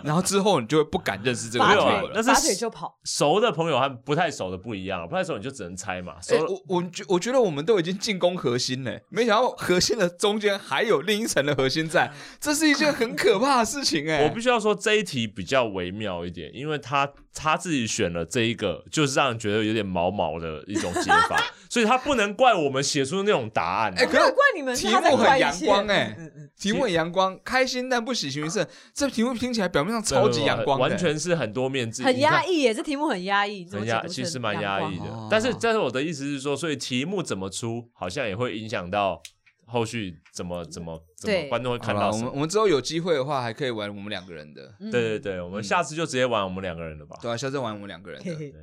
[SPEAKER 1] 然后之后你就会不敢认识这个
[SPEAKER 3] 拔
[SPEAKER 1] 朋
[SPEAKER 2] 没有啊
[SPEAKER 1] 友
[SPEAKER 3] 腿
[SPEAKER 1] 了。哎
[SPEAKER 2] 那是
[SPEAKER 3] 拔腿就跑。
[SPEAKER 2] 熟的朋友和不太熟的不一样，不太熟你就只能猜嘛。熟
[SPEAKER 1] 哎，
[SPEAKER 2] 了
[SPEAKER 1] 我我觉我觉得我们都已经进攻核心了，没想到核心的中间还有另一层的核心在，这是一件很可怕的事情哎。
[SPEAKER 2] 我必须要说这一题比较微妙一点，因为他他自己选了这一个，就是让人觉得有点毛毛的一种解法， 所以他不能怪我们写出那种答案、啊
[SPEAKER 1] 哎，
[SPEAKER 3] 没
[SPEAKER 1] 可
[SPEAKER 3] 有
[SPEAKER 1] 是
[SPEAKER 3] 怪你们，是
[SPEAKER 1] 题
[SPEAKER 3] 他在
[SPEAKER 1] 目
[SPEAKER 3] 怪
[SPEAKER 1] 很
[SPEAKER 3] 一
[SPEAKER 1] 阳
[SPEAKER 3] 切
[SPEAKER 1] 光哎
[SPEAKER 3] 嗯嗯嗯
[SPEAKER 1] 题目很阳光，开心但不喜形于色。这题目听起来表面上超级阳光的，
[SPEAKER 2] 完全是很多面质，
[SPEAKER 3] 很压
[SPEAKER 2] 抑。
[SPEAKER 3] 抑耶，这题目很压抑，你怎么
[SPEAKER 2] 很
[SPEAKER 3] 解
[SPEAKER 2] 压，
[SPEAKER 3] 读
[SPEAKER 2] 其
[SPEAKER 3] 成
[SPEAKER 2] 实蛮
[SPEAKER 3] 阳
[SPEAKER 2] 压
[SPEAKER 3] 光
[SPEAKER 2] 抑
[SPEAKER 1] 哦
[SPEAKER 2] 的，但是但是我的意思是说，所以题目怎么出，好像也会影响到后续怎么怎么怎么
[SPEAKER 3] 对
[SPEAKER 2] 观众会
[SPEAKER 1] 好
[SPEAKER 2] 看
[SPEAKER 1] 了，
[SPEAKER 2] 到
[SPEAKER 1] 我
[SPEAKER 2] 什
[SPEAKER 1] 们嗯
[SPEAKER 2] 么。
[SPEAKER 1] 我们之后有机会的话，还可以玩我们两个人的，
[SPEAKER 3] 嗯
[SPEAKER 2] 对对对，我们下次就直接玩我们两个人的吧。
[SPEAKER 1] 对啊，下次玩我们两个人
[SPEAKER 3] 嘿
[SPEAKER 1] 的。
[SPEAKER 3] 嘿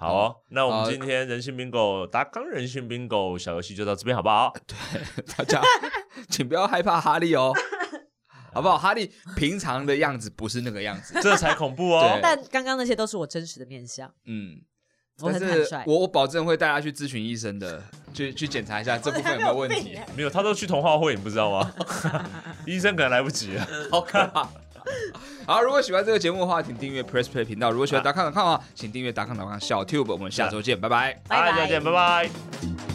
[SPEAKER 2] 好哦，那我
[SPEAKER 1] 好
[SPEAKER 2] 们今天人性 bingo 达康人性 bingo 小游戏就到这边好不好？
[SPEAKER 1] 呃大 家请不要害怕哈利哦，好不好？哈利平常的样子不是那个样子，
[SPEAKER 2] 这才恐怖哦
[SPEAKER 1] 对。
[SPEAKER 3] 但刚刚那些都是我真实的面相，
[SPEAKER 1] 嗯。
[SPEAKER 3] 我很
[SPEAKER 1] 但
[SPEAKER 3] 坦
[SPEAKER 1] 是
[SPEAKER 3] 率。
[SPEAKER 1] 我我保证会带他去咨询医生的，去去检查一下这部分有没有问
[SPEAKER 3] 我才没有
[SPEAKER 1] 题
[SPEAKER 3] 病。
[SPEAKER 2] 没有，他都去童话会，你不知道吗？ 医生可能来不及了。
[SPEAKER 1] 好可怕！好，如果喜欢这个节目的话，请订阅 Press Play 频道；如果喜欢达康达康的话，请订阅达康达康小 Tube。我们下周见，拜拜。
[SPEAKER 3] 拜拜
[SPEAKER 2] 好再见，拜拜。